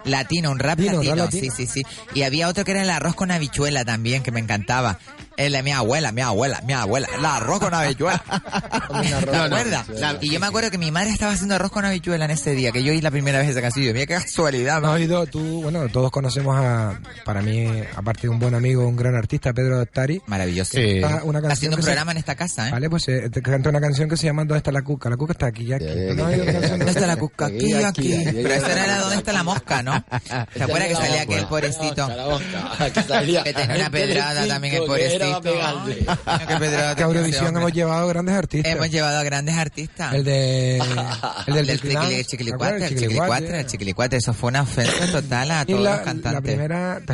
Latino, un rap
Latino,
latino,
rap
sí,
latino.
sí, sí. Y había otro que era el arroz con habichuela también, que me encantaba. El de mi abuela, mi abuela, mi abuela. El arroz con
[LAUGHS]
habichuela. ¿Te acuerdas?
habichuela.
Y yo me acuerdo que mi madre estaba haciendo arroz con habichuela en ese día, que yo oí la primera vez esa canción. Y yo, Mira qué casualidad,
No,
ma.
Ido, tú, bueno, todos conocemos a, para mí, aparte de un buen amigo, un gran artista, Pedro Tari.
Maravilloso.
Que canta una canción
Haciendo un
que se-
programa en esta casa, ¿eh?
Vale, pues eh, te canta una canción que se llama ¿Dónde está la cuca? La cuca está aquí, ya aquí. No, hay otra canción.
¿Dónde está la cuca? Aquí,
Aquí,
aquí.
aquí.
Pero eso era donde está la mosca, ¿no? ¿Te acuerdas que
La
salía
mosca,
aquel
la
pobrecito?
que salía.
Que tenía una
El
pedrada
Telecinco,
también el
que era
pobrecito.
pegable.
Ay, qué pedrada
Que a
tenía ese
Eurovisión
hombre.
hemos llevado grandes artistas.
Hemos llevado a grandes artistas.
El de.
[LAUGHS]
El del eh.
del
Chiquilán.
chiquili-
¿Te
chiquilicuatre, el
acuerdas? El
chiquilicuatre, el chiquilicuatre. Eso fue una ofensa total a
Y
todos los
la, la
cantantes.
primera. [LAUGHS]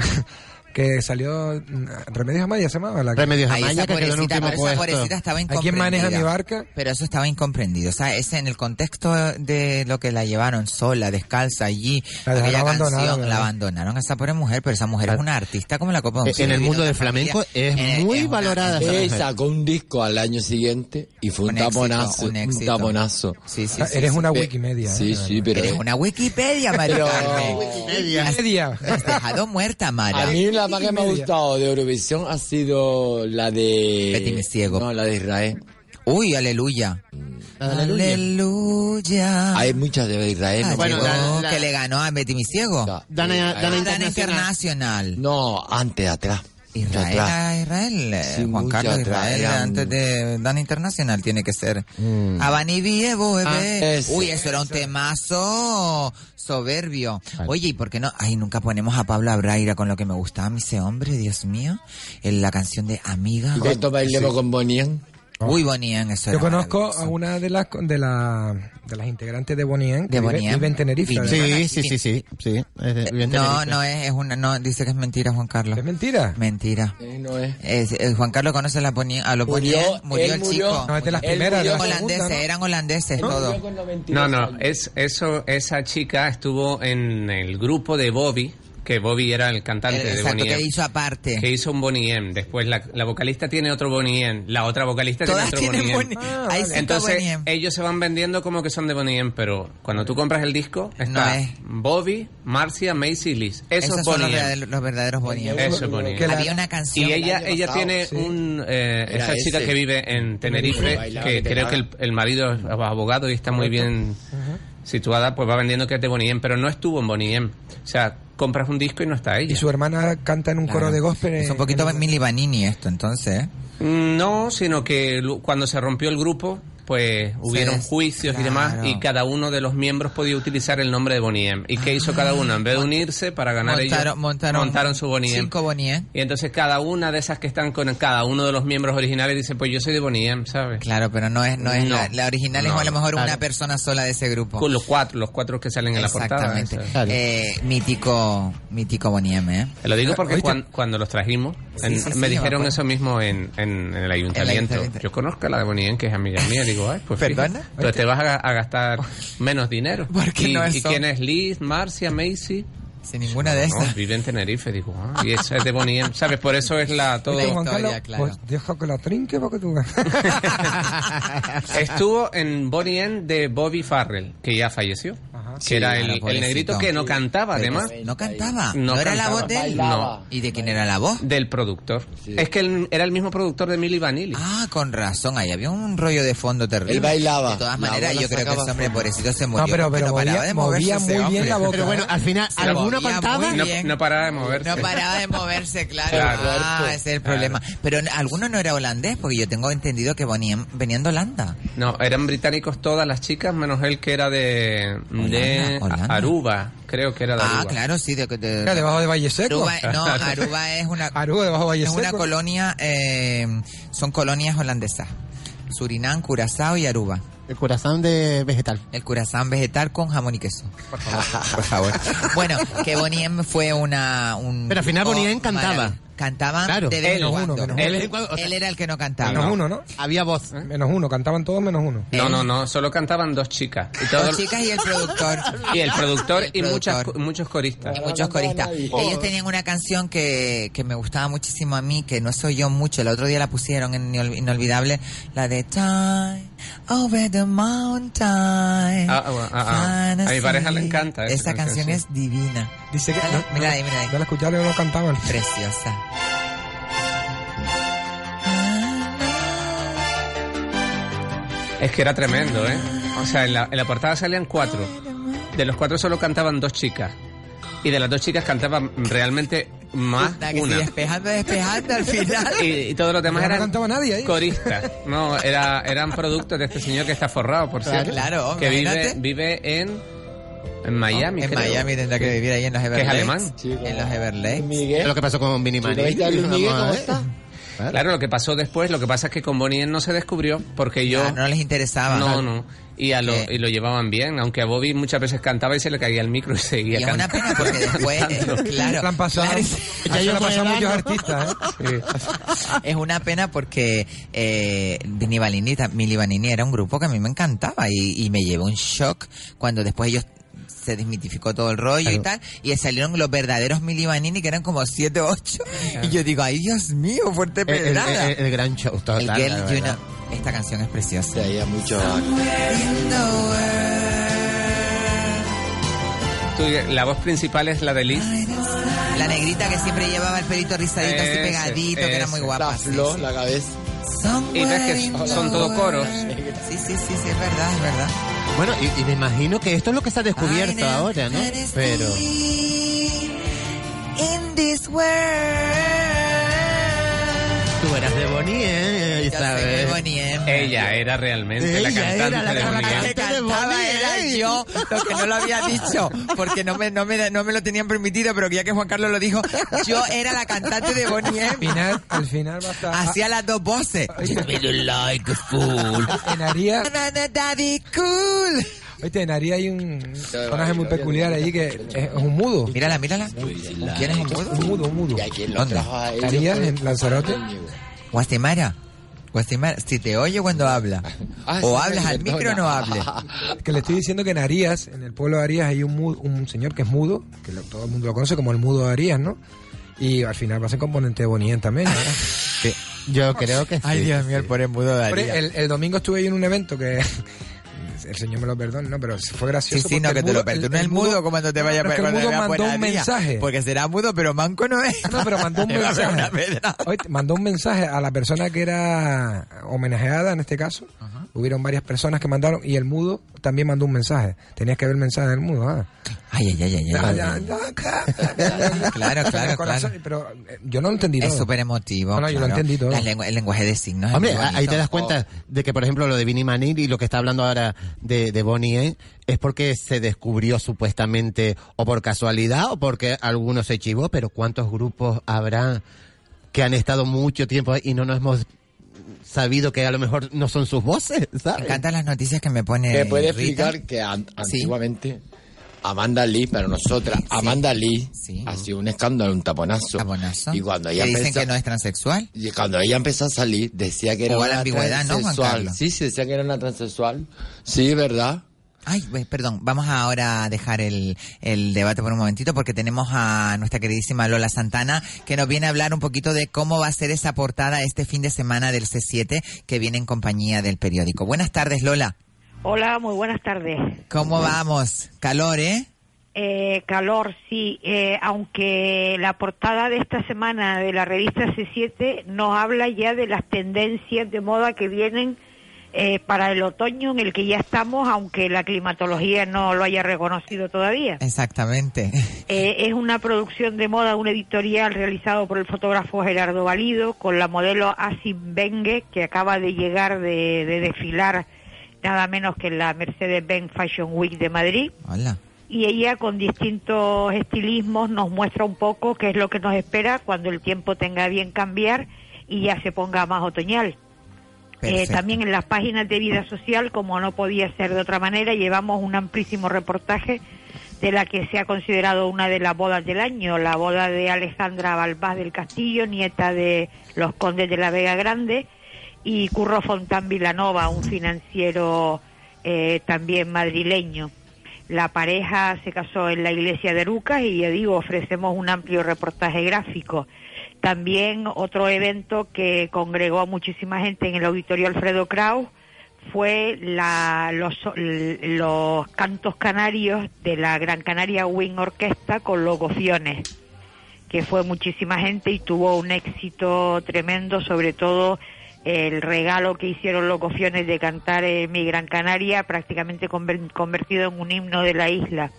que salió mm, Remedios Amaya se llamaba la que-
Remedios
Ay, esa pobrecita, pero esa pobrecita estaba
¿Hay
incomprendida.
quien maneja mi barca?
Pero eso estaba incomprendido. O sea, es en el contexto de lo que la llevaron sola, descalza allí,
La dejaron
aquella
abandonada,
canción,
¿verdad?
la abandonaron a esa pobre mujer, pero esa mujer es una artista como la
Eh,
copa de un
En el
pino,
mundo
una
del flamenco
familia,
es
eh,
muy
una-
valorada esa
Él
mujer.
sacó un disco al año siguiente y fue un,
Un éxito,
taponazo.
un éxito.
taponazo.
Sí, sí,
Ah,
sí,
eres
sí.
una
Pe-
Wikimedia.
Sí,
¿eh?
sí, pero.
Eres una Wikipedia, Mari
Pero-
Carmen.
Wikimedia.
[LAUGHS] Me has dejado muerta, Mara.
A mí la más que me ha gustado de Eurovisión ha sido la de. ciego. No, la de Israel.
Uy, aleluya. Aleluya.
Hay muchas de Israel.
Ah,
no me
llegó
acuerdo.
que le ganó a Betty mi ciego.
Dana-
eh,
Ah,
Dana
Internacional.
No, antes de atrás. Mucho
Israel,
atrás.
ah, Israel, eh,
Sí,
Juan
mucho
Carlos
atrás,
Israel,
eran-
antes de Dana Internacional tiene que ser. Habani Viejo,
Ah,
bebé.
ese.
Uy, eso era un temazo soberbio. Oye, ¿y por qué no? Ay, nunca ponemos a Pablo Abraira con lo que me gustaba a mí ese hombre, Dios mío. En la canción de Amiga.
¿Y cuánto bailemos con Bonien?
Uy, Bonien, eso
Yo
era
conozco a una de las de, la, de las integrantes de Bonien
De
que vive-
Bonien.
vive en Tenerife.
Sí,
además.
Sí, sí, sí, sí. sí. Es de- bien
No,
Tenerife.
no es, es una, no, dice que es mentira, Juan Carlos. ¿Es
mentira?
Mentira.
no es.
Es- eh, Juan Carlos conoce la ponía, a lo
Murió,
ponía, murió,
él
el
murió.
chico.
No, es de las
Él
primeras,
murió
de las
holandeses,
segundas, ¿no?
eran holandeses
No,
todo.
murió con 92
No, no,
años.
es, eso, esa chica estuvo en el grupo de Bobby, que Bobby era el cantante de
Eh, Exacto,
Bonnie
que
M,
hizo aparte.
que hizo un Bonnie M. Después la, la vocalista tiene otro Bonnie M, la otra vocalista
Todas
tiene otro
tienen
Bonnie M.
Bonnie- Ah, hay vale. cinco
Entonces,
Bonnie M.
ellos se van vendiendo como que son de Bonnie M, pero cuando tú compras el disco, está
es.
Bobby, Marcia, Macy, Liz. Eso
Esos
es em.
son los
Bonnie
verdaderos,
M.
los verdaderos Bonnie M.
Eso es Bonnie M.
Había una canción.
Y ella, ella
pasado,
tiene
sí.
un... eh,
Era
esa chica
ese.
que vive en
Tenerife,
Tenerife,
bailaba,
que
que
creo que el, el marido es abogado y está muy bien situada, pues va vendiendo que es de Bonnie M, pero no estuvo en Bonnie M. O sea, compras un disco y no está
Y
ella.
su hermana canta en un
Claro.
coro de gospel.
Es un
en-
poquito
en-
Milly Vanini esto, entonces. [LAUGHS] ¿eh?
Mm, No, sino que lu- cuando se rompió el grupo, pues hubieron
des-
juicios y
claro.
demás, y cada uno de los miembros podía utilizar el nombre de Bonnie M. ¿Y qué hizo cada uno? En vez de unirse para ganar ellos,
Montaron, montaron,
montaron su Bonnie M.
Cinco Bonnie M.
Y entonces cada una de esas que están con cada uno de los miembros originales dice, pues yo soy de Bonnie M, ¿sabes?
Claro, pero no es, no es
No.
la, la original
No,
es a lo mejor
claro.
una persona sola de ese grupo.
Con los cuatro, los cuatro que salen en la portada.
Exactamente.
eso.
Eh, mítico, mítico Bonnie M, ¿eh?
Te lo digo porque
Oíste.
cuan- cuando los trajimos,
Sí,
en-
sí, sí,
me
yo me
dijeron
acuerdo.
eso mismo en, en- en el, ayuntamiento.
ayuntamiento.
Yo conozco a la de Bonien, que es amiga mía. Digo, ay, pues
¿Perdona?
fíjate, Pero te vas a, a
[LAUGHS]
gastar menos dinero.
Porque
¿Y,
no es
y
son-
quién es Liz, Marcia, Macy?
Sin ninguna de
No,
esas.
vive en Tenerife. Digo, ah, y esa es de
[LAUGHS]
Bonien. ¿Sabes? Por eso es la todo.
Oye, Juan Carlos, pues deja que la trinque porque tú
Estuvo en Bonnie M de Bobby Farrell, que ya falleció. Que
Sí,
era
claro,
el, el
pobrecito.
negrito que no cantaba,
Pero
además.
No cantaba.
No
No, era la
cantaba.
voz de él.
Bailaba.
¿Y de quién era la voz?
Del productor. Es que él era el mismo productor de Milly Vanilli.
Ah, con razón. Ahí había un rollo de fondo terrible.
Él bailaba.
De todas
La
maneras,
bola
yo creo que
sacaba
ese hombre
fuego.
pobrecito se murió.
pero- pero
paraba
movía-
de moverse
movía
ese
muy bien
hombre.
la boca, Pero bueno, ¿eh?
al final,
Se
¿alguna
movía
patada?
muy
No,
bien.
no paraba de moverse.
No paraba [LAUGHS] de moverse, claro.
Claro.
Ah, ese es el problema. Pero n- alguno no era holandés, porque yo tengo entendido que venían, venían de Holanda.
No, eran británicos todas las chicas, menos él que era de, de
Holanda.
Aruba. Creo que era de
Ah,
Aruba.
claro, sí. De, de-
Era debajo de Valle Seco.
[LAUGHS] Aruba, no, Aruba es una,
Aruba debajo de Valle
es una
Seco.
colonia, eh, son colonias holandesas. Surinam, Curazao y Aruba.
El corazón de vegetal.
El curazán vegetal con jamón y queso. Por favor. Por favor. bueno, que Bonnie M fue una... Un
Pero al final
grupo
Bonnie M cantaba.
maravilloso. Cantaba
Claro.
de vez en
Él,
cuando.
uno, menos
Él,
uno.
él era el que no cantaba.
Menos uno, ¿no? Eh,
Había voz.
Menos uno, cantaban todos menos uno.
No, no, no, solo cantaban dos chicas. Y, todo-
Dos chicas y el productor.
[LAUGHS] y el productor y,
El
muchas,
productor.
muchos coristas.
Y muchos coristas.
Oh.
Ellos tenían una canción que, que me gustaba muchísimo a mí, que no se oyó mucho. El otro día la pusieron en Inol- Inolvidable, la de Time Over the Mountain.
Ah, ah, ah, ah. A mi pareja le encanta esa
Esa
canción,
canción,
sí.
es divina.
Dice que.
Dale, mira ahí, mira ahí.
No la escucharon, no cantaban.
Preciosa.
Es que era tremendo, ¿eh? O sea, en la, en la portada salían cuatro. De los cuatro solo cantaban dos chicas. Y de las dos chicas cantaban realmente más
Puta, que
una.
sí, despejando, despejando al final.
Y, [LAUGHS] y todos los demás
No
eran
cantaba nadie ahí.
coristas. No, era, eran productos de este señor que está forrado, por
Claro.
cierto.
Claro,
que vive,
imagínate.
vive en, en Miami.
en
creo.
Miami tendrá que vivir ahí en los
Que es
Everlakes.
alemán.
En los Everlakes.
Miguel.
Lo que pasó con Mini
¿Tú lo
Mani.
viste a Luis Miguel
Vamos a
cómo
ver.
está?
Claro, lo que pasó después, lo que pasa es que con Bonnie M no se descubrió porque yo...
Ah, no les interesaba.
No, no. Y, a lo, y lo llevaban bien, aunque a Bobby muchas veces cantaba y se le caía el micro y seguía
Y es
cantando.
una pena
[LAUGHS]
porque después, eh, claro,
La han pasado,
claro, es-
ya la han pasado muchos artistas,
[LAUGHS]
¿eh?
es una pena porque eh, Vinny Vanilli, ta- Milli Vanilli era un grupo que a mí me encantaba y, y me llevó un shock cuando después ellos se desmitificó todo el rollo y tal, y salieron los verdaderos Milli Vanilli que eran como 7 o 8, y yo digo, ay Dios mío, fuerte
El, el-
pedrada.
el- el gran show total.
El
la
Girl, you
verdad.
know. Esta canción es preciosa.
mucho.
eh.
Tú, la voz principal es la de Liz.
La negrita que siempre llevaba el pelito rizadito así
Ese,
pegadito, que era muy
ese.
guapa.
La
sí,
flor,
sí.
la cabeza.
Y ves que son- son todos coros.
Sí, sí, sí, sí, es verdad, es verdad.
Bueno, y, y me imagino que esto es lo que se ha descubierto ahora, ¿no? Pero.
In this world.
Tú eras de Bonnie, ¿eh?
Yo soy de Bonnie M.
Ella era realmente la
¿eh? Ella
cantante
era la
de Bonnie M.
que cantaba era yo, lo que no lo había dicho, porque no me, no me, no me lo tenían permitido, pero ya que Juan Carlos lo dijo, yo era la cantante de Bonnie
Al
M.
final, al final va a estar...
Hacía las dos voces. like a fool.
En Aría,
Daddy cool.
oíste, en Aría hay un personaje muy peculiar allí que es, es un mudo.
Mírala, mírala. ¿Quién es un mudo?
Un mudo, un mudo.
¿Dónde?
Aría, en Lanzarote.
Guatemala. Guatemala, si te oye cuando habla,
Ah,
o
sí,
hablas al
perdona.
micro o no
[LAUGHS]
hables.
Que le estoy diciendo que en Arias, en el pueblo de Arias, hay un, mu- un señor que es mudo, que lo- todo el mundo lo conoce como el mudo de Arias, ¿no? Y al final va a ser componente de Bonien también. ¿no?
[LAUGHS]
Yo creo que sí.
Ay, Dios mío, el pobre mudo de
Hombre,
Arias.
el, el domingo estuve yo en un evento que. [LAUGHS] El señor me lo perdone, ¿no? Pero fue gracioso.
Sí, sí, no,
porque
que te
el
lo
mudo-
perdone el, mudo como cuando te vaya
no, es que el
cuando te
mudo
vea
mandó
fuera de
un
día,
mensaje.
Porque será mudo, pero manco no es.
No, pero mandó un
[LAUGHS] Te va a pegar una
mensaje. Oye, mandó un mensaje a la persona que era homenajeada en este caso. Hubieron varias personas que mandaron y el mudo también mandó un mensaje. Tenías que ver el mensaje del mudo. ah.
Ay, ay, ay, ay.
Ah,
ay,
ya,
ay.
ya,
Claro,
Con el
claro,
corazón,
claro.
Pero eh, yo no lo entendí.
Es
todo.
súper emotivo.
No, no, yo lo
claro.
entendí todo.
Las lengu- el lenguaje de signos. es
Hombre,
muy
a- ahí
bonito.
te das cuenta de que, por ejemplo, lo de Vinnie Manil y lo que está hablando ahora de, de Bonnie M es porque se descubrió supuestamente o por casualidad o porque alguno se chivó, pero ¿cuántos grupos habrá que han estado mucho tiempo ahí y no nos hemos sabido que a lo mejor no son sus voces,
Me
¿sabes?
encantan las noticias que me pone.
¿Me puede
Eh, Rita.
explicar que an- antiguamente Amanda Lee, para nosotras, Amanda Lee ha sido un escándalo, un taponazo. Y cuando ella
Que dicen
empezó,
que no es transexual.
y cuando ella empezó a salir, decía que era
O a la
una
ambigüedad, ¿no, Juan
transexual.
Carlos?
sí, sí, decía que era una transexual. Sí, ¿verdad?
Ay, pues, perdón, vamos ahora a dejar el, el debate por un momentito porque tenemos a nuestra queridísima Lola Santana que nos viene a hablar un poquito de cómo va a ser esa portada este fin de semana del C7 que viene en compañía del periódico. Buenas tardes, Lola.
Hola, muy buenas tardes.
¿Cómo vamos? Calor, ¿eh?
Eh, calor, sí, eh, aunque la portada de esta semana de la revista C7 nos habla ya de las tendencias de moda que vienen eh, para el otoño en el que ya estamos, aunque la climatología no lo haya reconocido todavía.
Exactamente.
Eh, es una producción de moda, un editorial realizado por el fotógrafo Gerardo Valido con la modelo Asim Bengue, que acaba de llegar de, de desfilar nada menos que en la Mercedes-Benz Fashion Week de Madrid.
Hola.
Y ella con distintos estilismos nos muestra un poco qué es lo que nos espera cuando el tiempo tenga bien cambiar y ya se ponga más otoñal. Eh,
Perfecto.
también en las páginas de vida social, como no podía ser de otra manera, llevamos un amplísimo reportaje de la que se ha considerado una de las bodas del año, la boda de Alejandra Balbás del Castillo, nieta de los condes de la Vega Grande, y Curro Fontán Vilanova, un financiero eh, también madrileño. La pareja se casó en la iglesia de Rucas y ya digo, ofrecemos un amplio reportaje gráfico. También otro evento que congregó a muchísima gente en el auditorio Alfredo Kraus fue la- los, los cantos canarios de la Gran Canaria Wing Orquesta con Logofiones, que fue muchísima gente y tuvo un éxito tremendo, sobre todo el regalo que hicieron Logofiones de cantar en mi Gran Canaria, prácticamente conver- convertido en un himno de la isla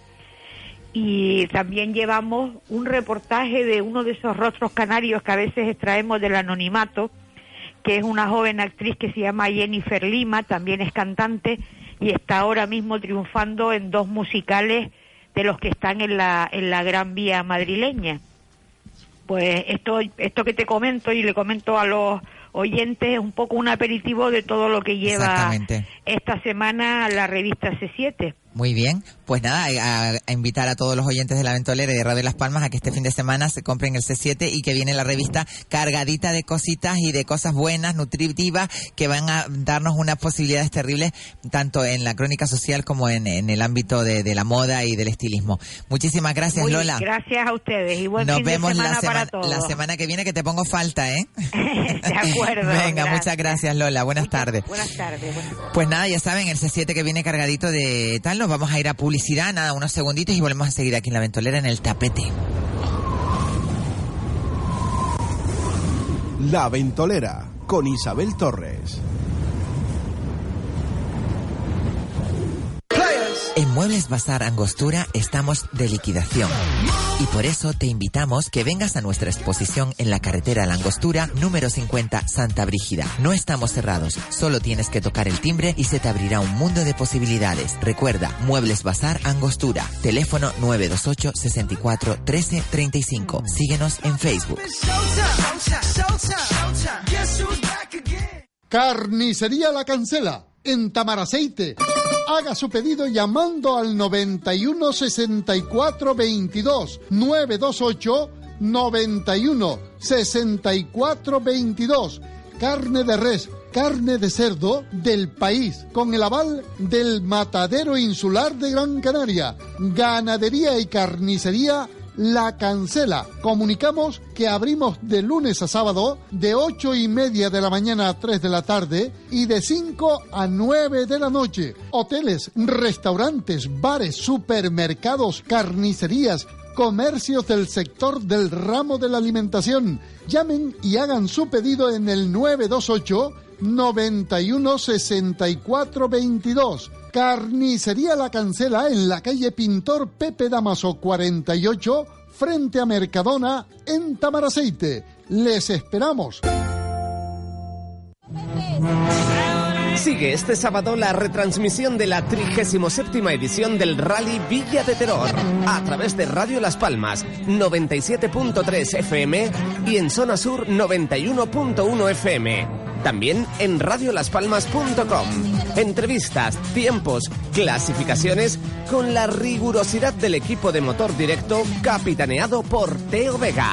y también llevamos un reportaje de uno de esos rostros canarios que a veces extraemos del anonimato, que es una joven actriz que se llama Jennifer Lima, también es cantante y está ahora mismo triunfando en dos musicales de los que están en la, en la Gran Vía madrileña. Pues esto, esto que te comento y le comento a los oyentes es un poco un aperitivo de todo lo que lleva
Exactamente.
esta semana la revista C7.
Muy bien, pues nada, a, a invitar a todos los oyentes de la Ventolera y de Radio Las Palmas a que este fin de semana se compren el C7 y que viene la revista cargadita de cositas y de cosas buenas, nutritivas, que van a darnos unas posibilidades terribles tanto en la crónica social como en, en el ámbito de, de la moda y del estilismo. Muchísimas gracias,
Muy bien,
Lola.
Gracias a ustedes y buen
Nos
fin
vemos
de semana,
la,
para
semana,
todos.
la semana que viene que te pongo falta, ¿eh?
[LAUGHS] De
[LAUGHS]
acuerdo.
Venga,
gracias.
muchas gracias, Lola. Buenas tardes.
Buenas tardes. buenas tardes.
Pues nada, ya saben, el C7 que viene cargadito de tal, nos vamos a ir a publicidad, nada, unos segunditos y volvemos a seguir aquí en la ventolera en el tapete.
La Ventolera con Isabel Torres.
En Muebles Bazar Angostura estamos de liquidación. Y por eso te invitamos que vengas a nuestra exposición en la carretera La Angostura, número 50, Santa Brígida. No estamos cerrados, solo tienes que tocar el timbre y se te abrirá un mundo de posibilidades. Recuerda, Muebles Bazar Angostura, teléfono 928 64 13 35. Síguenos en Facebook.
Carnicería La Cancela, en Tamaraceite. Haga su pedido llamando al 91 64 22 928 91 64 22. Carne de res, carne de cerdo del país, con el aval del Matadero Insular de Gran Canaria. Ganadería y carnicería la Cancela. Comunicamos que abrimos de lunes a sábado de 8 y media de la mañana a 3 de la tarde y de 5 a 9 de la noche. Hoteles, restaurantes, bares, supermercados, carnicerías, comercios del sector del ramo de la alimentación. Llamen y hagan su pedido en el 928 91 64 22. Carnicería La Cancela en la calle Pintor Pepe Damaso 48, frente a Mercadona, en Tamaraceite. Les esperamos.
Sigue este sábado la retransmisión de la 37 edición del Rally Villa de Terror a través de Radio Las Palmas 97.3 FM y en Zona Sur 91.1 FM. También en radiolaspalmas.com. Entrevistas, tiempos, clasificaciones con la rigurosidad del equipo de motor directo capitaneado por Teo Vega.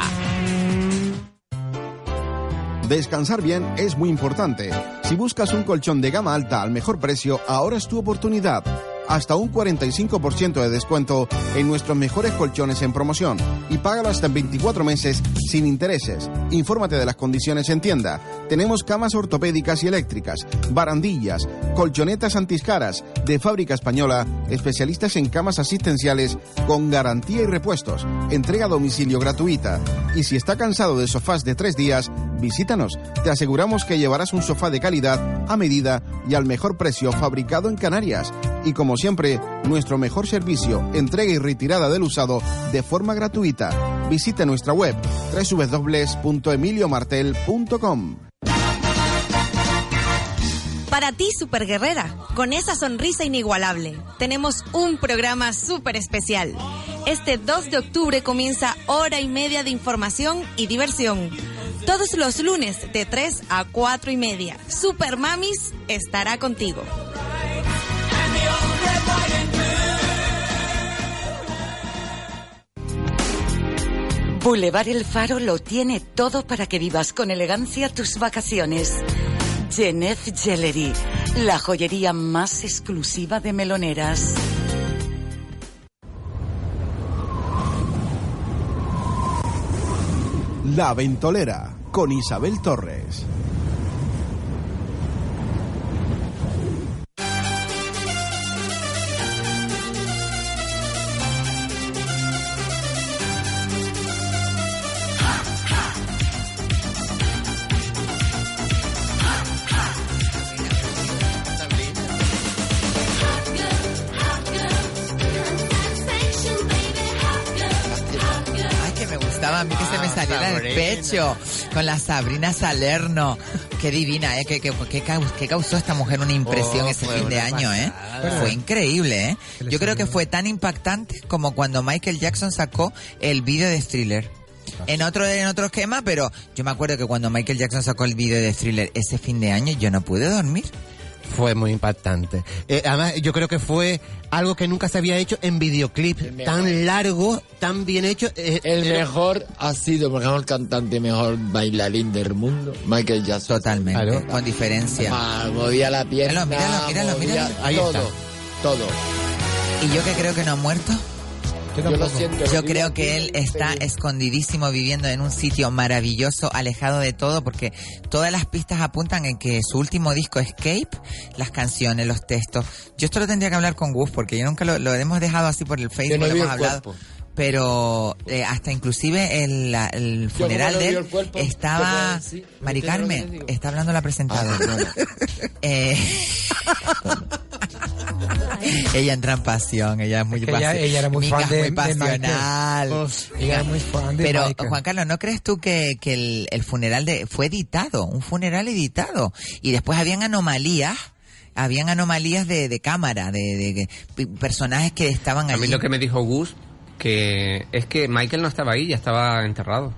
Descansar bien es muy importante. Si buscas un colchón de gama alta al mejor precio, ahora es tu oportunidad. Hasta un 45% de descuento en nuestros mejores colchones en promoción y págalo hasta en 24 meses sin intereses. Infórmate de las condiciones en tienda. Tenemos camas ortopédicas y eléctricas, barandillas, colchonetas antiscaras de fábrica española, especialistas en camas asistenciales con garantía y repuestos, entrega a domicilio gratuita. Y si está cansado de sofás de tres días, visítanos. Te aseguramos que llevarás un sofá de calidad, a medida y al mejor precio fabricado en Canarias. Y como siempre, nuestro mejor servicio, entrega y retirada del usado de forma gratuita. Visita nuestra web www.emiliomartel.com.
Para ti, superguerrera, con esa sonrisa inigualable, tenemos un programa súper especial. Este 2 de octubre comienza hora y media de información y diversión. Todos los lunes de 3 a 4 y media, Super Mamis estará contigo.
Boulevard El Faro lo tiene todo para que vivas con elegancia tus vacaciones. Genez Jewelry, la joyería más exclusiva de meloneras.
La Ventolera con Isabel Torres.
Ay, que me gustaba a mí que se me
Ah,
saliera del
Sabrina.
pecho con la Sabrina Salerno. Qué divina, ¿eh? ¿Qué, qué, qué caus- qué causó esta mujer una impresión
Oh,
ese
fue
fin de
una
año, eh?
pasada.
Fue increíble, ¿eh?
le
Yo creo que fue tan impactante como cuando Michael Jackson sacó el vídeo de Thriller. En otro, en otro esquema, pero yo me acuerdo que cuando Michael Jackson sacó el video de Thriller ese fin de año, yo no pude dormir.
Fue muy impactante. Eh, además, yo creo que fue algo que nunca se había hecho en videoclip tan largo, tan bien hecho. eh,
El
pero-
mejor ha sido, el mejor cantante, mejor bailarín del mundo, Michael Jackson.
Totalmente, con diferencia.
movía la pierna,
Míralo, míralo, míralo,
movía
míralo.
Ahí todo,
Todo,
todo.
¿Y yo que creo que no ha muerto?
Yo Yo lo tampoco. siento,
Yo
lo
creo
digo
que él está escondidísimo viviendo en un sitio maravilloso, alejado de todo, porque todas las pistas apuntan en que su último disco, Escape, las canciones, los textos. Yo esto lo tendría que hablar con Gus, porque yo nunca lo, lo hemos dejado así por el Facebook,
no
lo
vi
hemos
el
hablado.
cuerpo.
Pero eh, hasta inclusive el, la- el funeral
como no
de
vi
él
el cuerpo, ¿qué puedo
estaba...
decir?
Mari
¿Entiendes lo Ah, que
Carmen,
te digo?
está hablando la presentadora. Eh, ella entra en pasión, ella es muy
que ella-
pasi-
ella era muy
Mica
fan
es
de-
muy
de
pasional.
Michael. Uf, ella era muy fan de
Pero
Michael.
Juan Carlos, ¿no crees tú que, que el, el funeral de fue editado, un funeral editado y después habían anomalías? Habían anomalías de, de cámara, de, de- de p- personajes que estaban
A mí
allí.
lo que me dijo Gus que es que Michael no estaba ahí, ya estaba enterrado.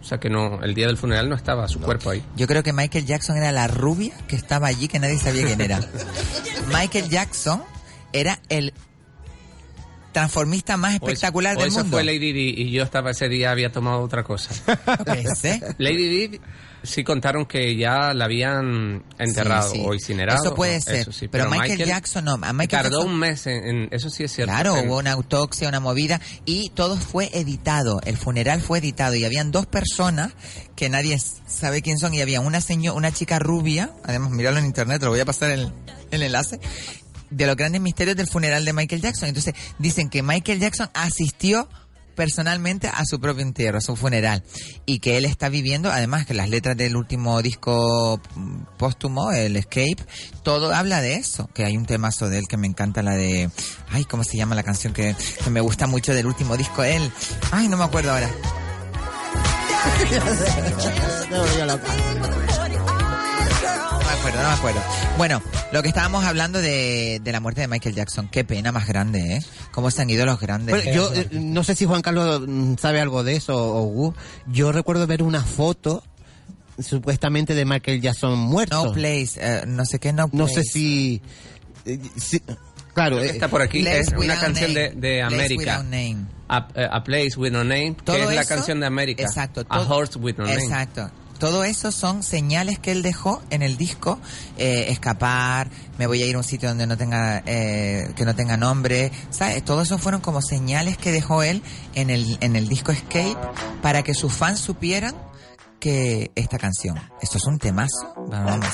O sea que no, el día del funeral no estaba su cuerpo ahí.
Yo creo que Michael Jackson era la rubia que estaba allí, que nadie sabía
[LAUGHS]
quién era. Michael Jackson era el transformista más
O esa-
espectacular
o
del
esa
mundo.
fue Lady Di y yo estaba ese día había tomado otra cosa.
eh?
[LAUGHS] Lady Di sí contaron que ya la habían enterrado
Sí, sí.
o incinerado.
Eso puede ser.
sí.
Pero Michael Jackson no, a Michael
tardó
Jackson-
un mes en, en- eso sí es cierto.
Claro,
En-
hubo una autopsia, una movida y todo fue editado. El funeral fue editado y habían dos personas que nadie s- sabe quién son y había una señora, una chica rubia. Además, míralo en internet, te lo voy a pasar el, el enlace de los grandes misterios del funeral de Michael Jackson. Entonces dicen que Michael Jackson asistió personalmente a su propio entierro, a su funeral, y que él está viviendo, además que las letras del último disco mm, póstumo, el Escape, todo habla de eso, que hay un temazo de él que me encanta, la de, ay, ¿cómo se llama la canción que, que me gusta mucho del último disco de él? Ay, no me acuerdo ahora. No me acuerdo, no me acuerdo. Bueno, lo que estábamos hablando de, de la muerte de Michael Jackson, qué pena más grande, ¿eh? Cómo se han ido los grandes.
Bueno, yo eh, no sé si Juan Carlos mm, sabe algo de eso o Gus. Yo recuerdo ver una foto supuestamente de Michael Jackson muerto.
No place, eh, no sé qué no
No sé
place.
si, eh, si- claro, eh,
Está por aquí,
Place
es una
without
canción
name.
de, de
Place
América.
without name.
A, eh, a Place with No Name, que
Todo
es la
eso-
canción de América.
Exacto.
A
todo-
Horse with No Name.
Exacto. Todo eso son señales que él dejó en el disco, eh, escapar, me voy a ir a un sitio donde no tenga, eh, que no tenga nombre, ¿sabes? Todo eso fueron como señales que dejó él en el, en el disco Escape para que sus fans supieran que esta canción, esto es un temazo, vamos.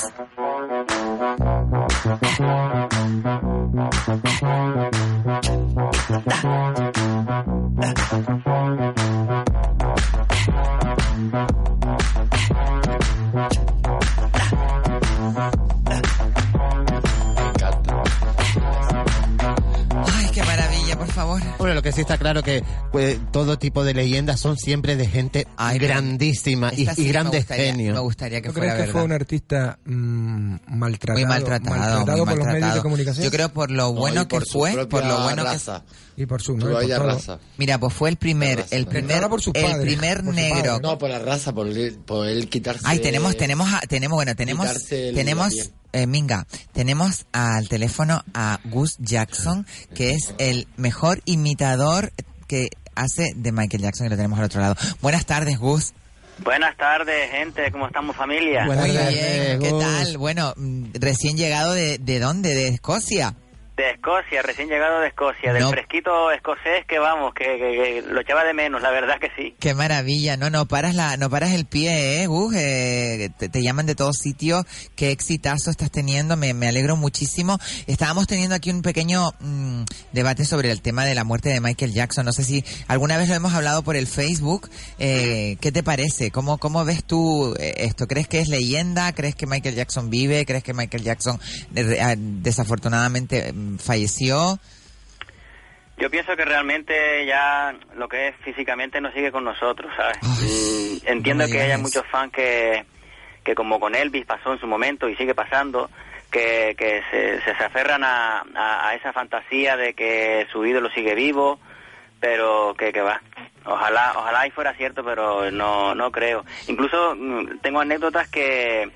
Ay, qué maravilla, por favor.
Bueno, lo que sí está claro que pues, todo tipo de leyendas son siempre de gente grandísima y,
Esta sí
y
me
grandes
gustaría-
genios.
me gustaría que
¿No
fuera
crees que
verdad.
fue un artista mm, maltratado?
muy maltratado,
maltratado
muy
por los medios de
maltratado.
comunicación.
Yo creo por lo
No,
bueno
y por
que
su
fue,
propia
por lo bueno
raza.
que
Y por su, ¿no?
Su
Y por
vaya
todo.
raza. Mira, pues fue el primer, el primer,
por sus
el
padres,
primer
por su padre,
negro.
No, por la raza, por, el- por él quitarse.
Ay, tenemos, tenemos, a- tenemos, bueno, tenemos,
Quitarse el-
tenemos,
la piel.
eh, Minga, tenemos al teléfono a Gus Jackson, que es el mejor imitador que hace de Michael Jackson, que lo tenemos al otro lado. Buenas tardes, Gus.
Buenas tardes, gente. ¿Cómo estamos, familia?
Muy bien, ¿qué tal? Bueno, mm, recién llegado de, de dónde? De Escocia.
De Escocia, recién llegado de Escocia, del
No.
fresquito escocés que vamos, que, que- que lo echaba de menos, la verdad que sí.
Qué maravilla, no, no paras la, no paras el pie, eh, Gus, eh, te, te llaman de todos sitios, qué exitazo estás teniendo, me, me alegro muchísimo. Estábamos teniendo aquí un pequeño mm, debate sobre el tema de la muerte de Michael Jackson, no sé si alguna vez lo hemos hablado por el Facebook, eh, ¿qué te parece? ¿Cómo, cómo ves tú eh, esto? ¿Crees que es leyenda? ¿Crees que Michael Jackson vive? ¿Crees que Michael Jackson eh, ah, desafortunadamente mm, falleció?
Yo pienso que realmente ya lo que es físicamente no sigue con nosotros, ¿sabes? Mm, Entiendo
no me
que haya
digas.
muchos fans que, que como con Elvis pasó en su momento y sigue pasando, que, que se, se, se aferran a, a- a esa fantasía de que su ídolo sigue vivo, pero que, que va. Ojalá, ojalá y fuera cierto, pero no, no creo. Incluso mm, tengo anécdotas que,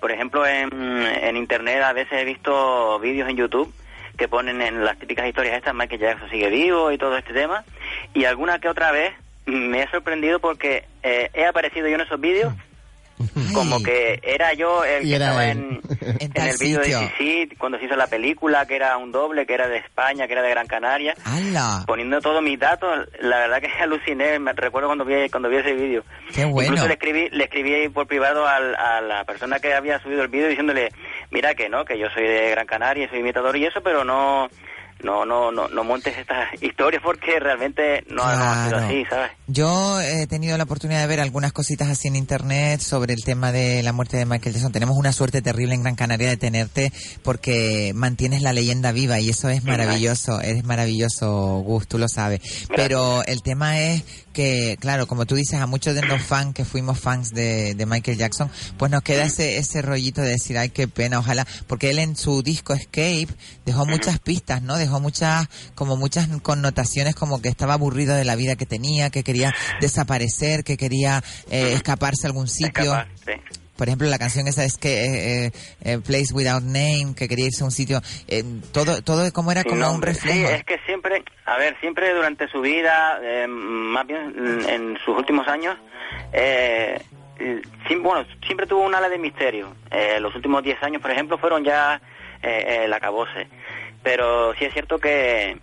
por ejemplo, en, en internet a veces he visto vídeos en YouTube que ponen en las típicas historias estas, Michael Jackson sigue vivo y todo este tema, y alguna que otra vez me he sorprendido porque eh, he aparecido yo en esos
[LAUGHS]
vídeos como que era yo el
Y
que
era
estaba
él.
en,
En
en
tal
el vídeo de
sitio.
Sisit, cuando se hizo la película, que era un doble, que era de España, que era de Gran Canaria.
¡Hala!
Poniendo todos mis datos, la verdad que [LAUGHS] aluciné, me recuerdo cuando vi, cuando vi ese vídeo.
Qué bueno.
Incluso le escribí, le escribí por privado al- a la persona que había subido el vídeo diciéndole, mira que no, que yo soy de Gran Canaria, soy imitador y eso, pero no... No, no, no, no montes estas historias porque realmente no, no ha sido
Claro.
así, ¿sabes?
Yo he tenido la oportunidad de ver algunas cositas así en internet sobre el tema de la muerte de Michael Jackson. Tenemos una suerte terrible en Gran Canaria de tenerte porque mantienes la leyenda viva y eso es maravilloso, es maravilloso, Gus, tú lo sabes. Pero el tema es que, claro, como tú dices, a muchos de los fans que fuimos fans de, de Michael Jackson, pues nos queda ese, ese rollito de decir, ay, qué pena, ojalá, porque él en su disco Escape dejó muchas pistas, ¿no? Dejó muchas, como muchas connotaciones, como que estaba aburrido de la vida que tenía, que quería desaparecer, que quería eh, escaparse a algún sitio. Por ejemplo, la canción esa es que eh, eh, eh, Place Without Name, que quería irse a un sitio, eh, todo, todo como era
Sin
como un
nombre.
reflejo.
Sí, es que siempre, a ver, siempre durante su vida, eh, más bien mm, en sus últimos años, eh, eh, sim- bueno, siempre tuvo un ala de misterio. Eh, los últimos 10 años, por ejemplo, fueron ya eh, el acabose. Pero sí es cierto que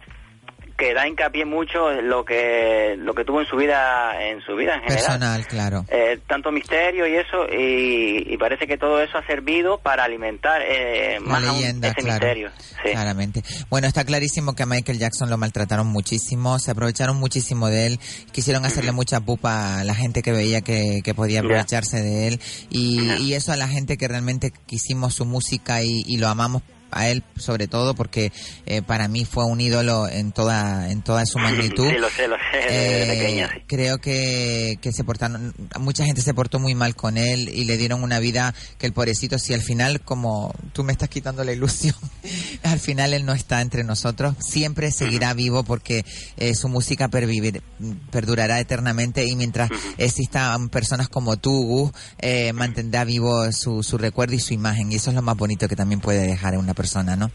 que da hincapié mucho en lo que lo que tuvo en su vida en su vida en general
Personal, claro.
eh, tanto misterio y eso, y, y parece que todo eso ha servido para alimentar eh,
La
más
leyenda,
aún ese
claro.
misterio.
Claramente. Bueno, está clarísimo que a Michael Jackson lo maltrataron muchísimo, se aprovecharon muchísimo de él, quisieron hacerle mucha pupa a la gente que veía que, que podía
Ya.
aprovecharse de él y, y eso a la gente que realmente quisimos su música y, y lo amamos a él sobre todo porque eh, para mí fue un ídolo en toda en toda su magnitud
Sí, lo sé, lo sé, de- de
Eh,
pequeña, sí.
creo que, que se portaron, mucha gente se portó muy mal con él y le dieron una vida que el pobrecito, si al final, como tú me estás quitando la ilusión, [LAUGHS] al final él no está entre nosotros, siempre seguirá vivo porque eh, su música pervivir- perdurará eternamente y mientras existan personas como tú, Gus, eh, mantendrá vivo su, su recuerdo y su imagen. Y eso es lo más bonito que también puede dejar a una persona, ¿no?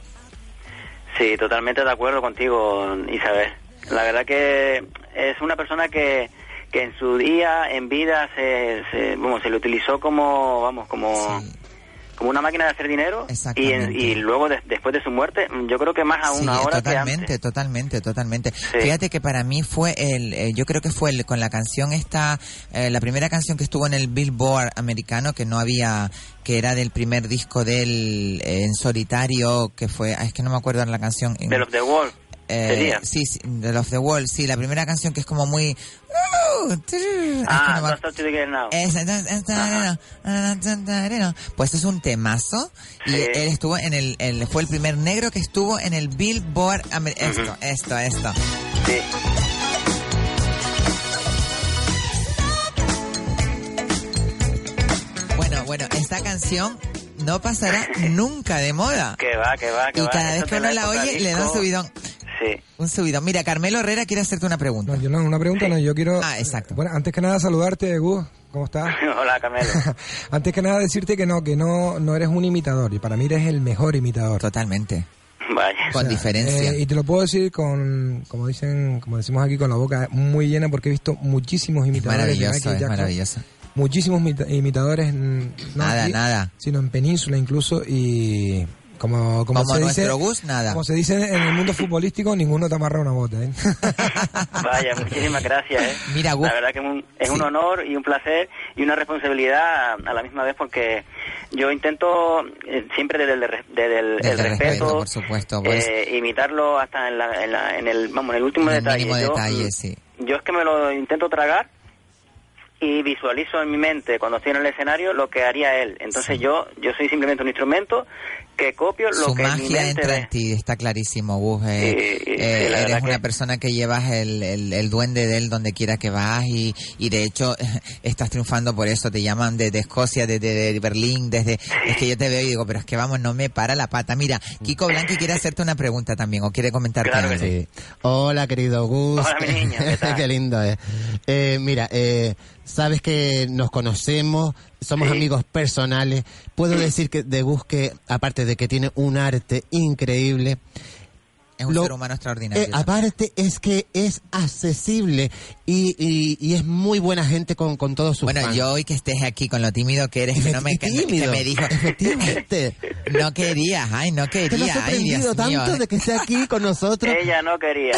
Sí, totalmente de acuerdo contigo, Isabel. La verdad que es una persona que, que en su día, en vida, se, se, bueno, se le utilizó como, vamos, como, como una máquina de hacer dinero. Y, en- y luego, de- después de su muerte, yo creo que más aún
Sí,
ahora que antes.
totalmente, totalmente, totalmente. Fíjate que para mí fue el, eh, yo creo que fue el, con la canción esta, eh, la primera canción que estuvo en el Billboard americano que no había, que era del primer disco del eh, en solitario, que fue, ah, es que no me acuerdo la canción. en-
De los The Wall.
eh,
sería.
sí, sí, de Love the Wall, sí, la primera canción que es como muy... uh,
Ah, Don't Stop to Get Now.
Esa, esa, esa, Pues es un temazo y
Sí.
él estuvo en el, el- fue el primer negro que estuvo en el Billboard Amer- esto, esto, esto.
Sí.
Bueno, bueno, esta canción no pasará nunca de
[LAUGHS]
moda.
Que va, que va, que
y
va.
cada vez
Esto
que
de
uno la
época
oye le da un
disco,
subidón,
Sí.
un subidón. Mira, Carmelo Herrera quiere hacerte una pregunta.
No, yo no, una pregunta no, yo quiero... Ah, exacto. Bueno, antes que nada saludarte, Gus, ¿cómo estás?
Hola, Camelo.
antes que nada decirte que no, que no, no eres un imitador y para mí eres el mejor imitador. eh,
Totalmente.
Vaya.
Con diferencia.
y te lo puedo decir con, como dicen, como decimos aquí, con la boca muy llena porque he visto muchísimos imitadores. de
Maravilloso,
Michael
es
Jackson.
maravilloso.
Muchísimos imita- imitadores. mm, no
Nada,
aquí,
nada.
Sino en península incluso y como, como,
Como,
se
nuestro
dice...
Gus, nada.
Como se dice en el mundo futbolístico, ninguno te amarra una bota. ¿eh? [LAUGHS]
Vaya, muchísimas gracias. ¿eh?
[LAUGHS] Mira,
la verdad que es un, es un honor y un placer y una responsabilidad a, a la misma vez porque yo intento eh, siempre desde el, re- desde el,
Desde
el
el respeto,
respeto,
por supuesto. por eso.
eh, imitarlo hasta en, la- en la- en el vamos en el último
En el
detalle. mm,
mínimo
yo,
detalle, sí.
yo es que me lo intento tragar y visualizo en mi mente cuando estoy en el escenario lo que haría él. Entonces yo yo soy simplemente un instrumento que copio lo
Su
que mi
magia
mente
entra
ve.
en ti, está clarísimo, Gus. Eh,
Sí, sí,
eh,
sí, la
eres
verdad
una persona que llevas el, el, el duende de él donde quiera que vas y, y de hecho [LAUGHS] estás triunfando por eso. Te llaman desde Escocia, desde de Berlín, desde... Es que yo te veo y digo, pero es que vamos, no me para la pata. Mira, Kiko Blanqui quiere hacerte una pregunta también o quiere comentarte
Claro que
algo.
sí. Hola, querido Gus.
Hola, mi niña, ¿qué
[LAUGHS]
tal?
lindo es. Eh, mira, eh, sabes que nos conocemos, somos amigos personales. Puedo decir que de Gus que, aparte de que tiene un arte increíble,
Es un
Lo-
ser humano extraordinario.
eh, aparte es que es accesible y, y- y es muy buena gente con, con todos sus
Bueno,
fans.
yo hoy que estés aquí con lo tímido que eres, que no me, que- que
tímido.
me dijo, [LAUGHS] no querías, ay, no
Te lo has
querías, ay,
sorprendido
Dios
tanto
mío. ¿eh?
de que esté aquí con
[LAUGHS]
nosotros.
Ella no quería.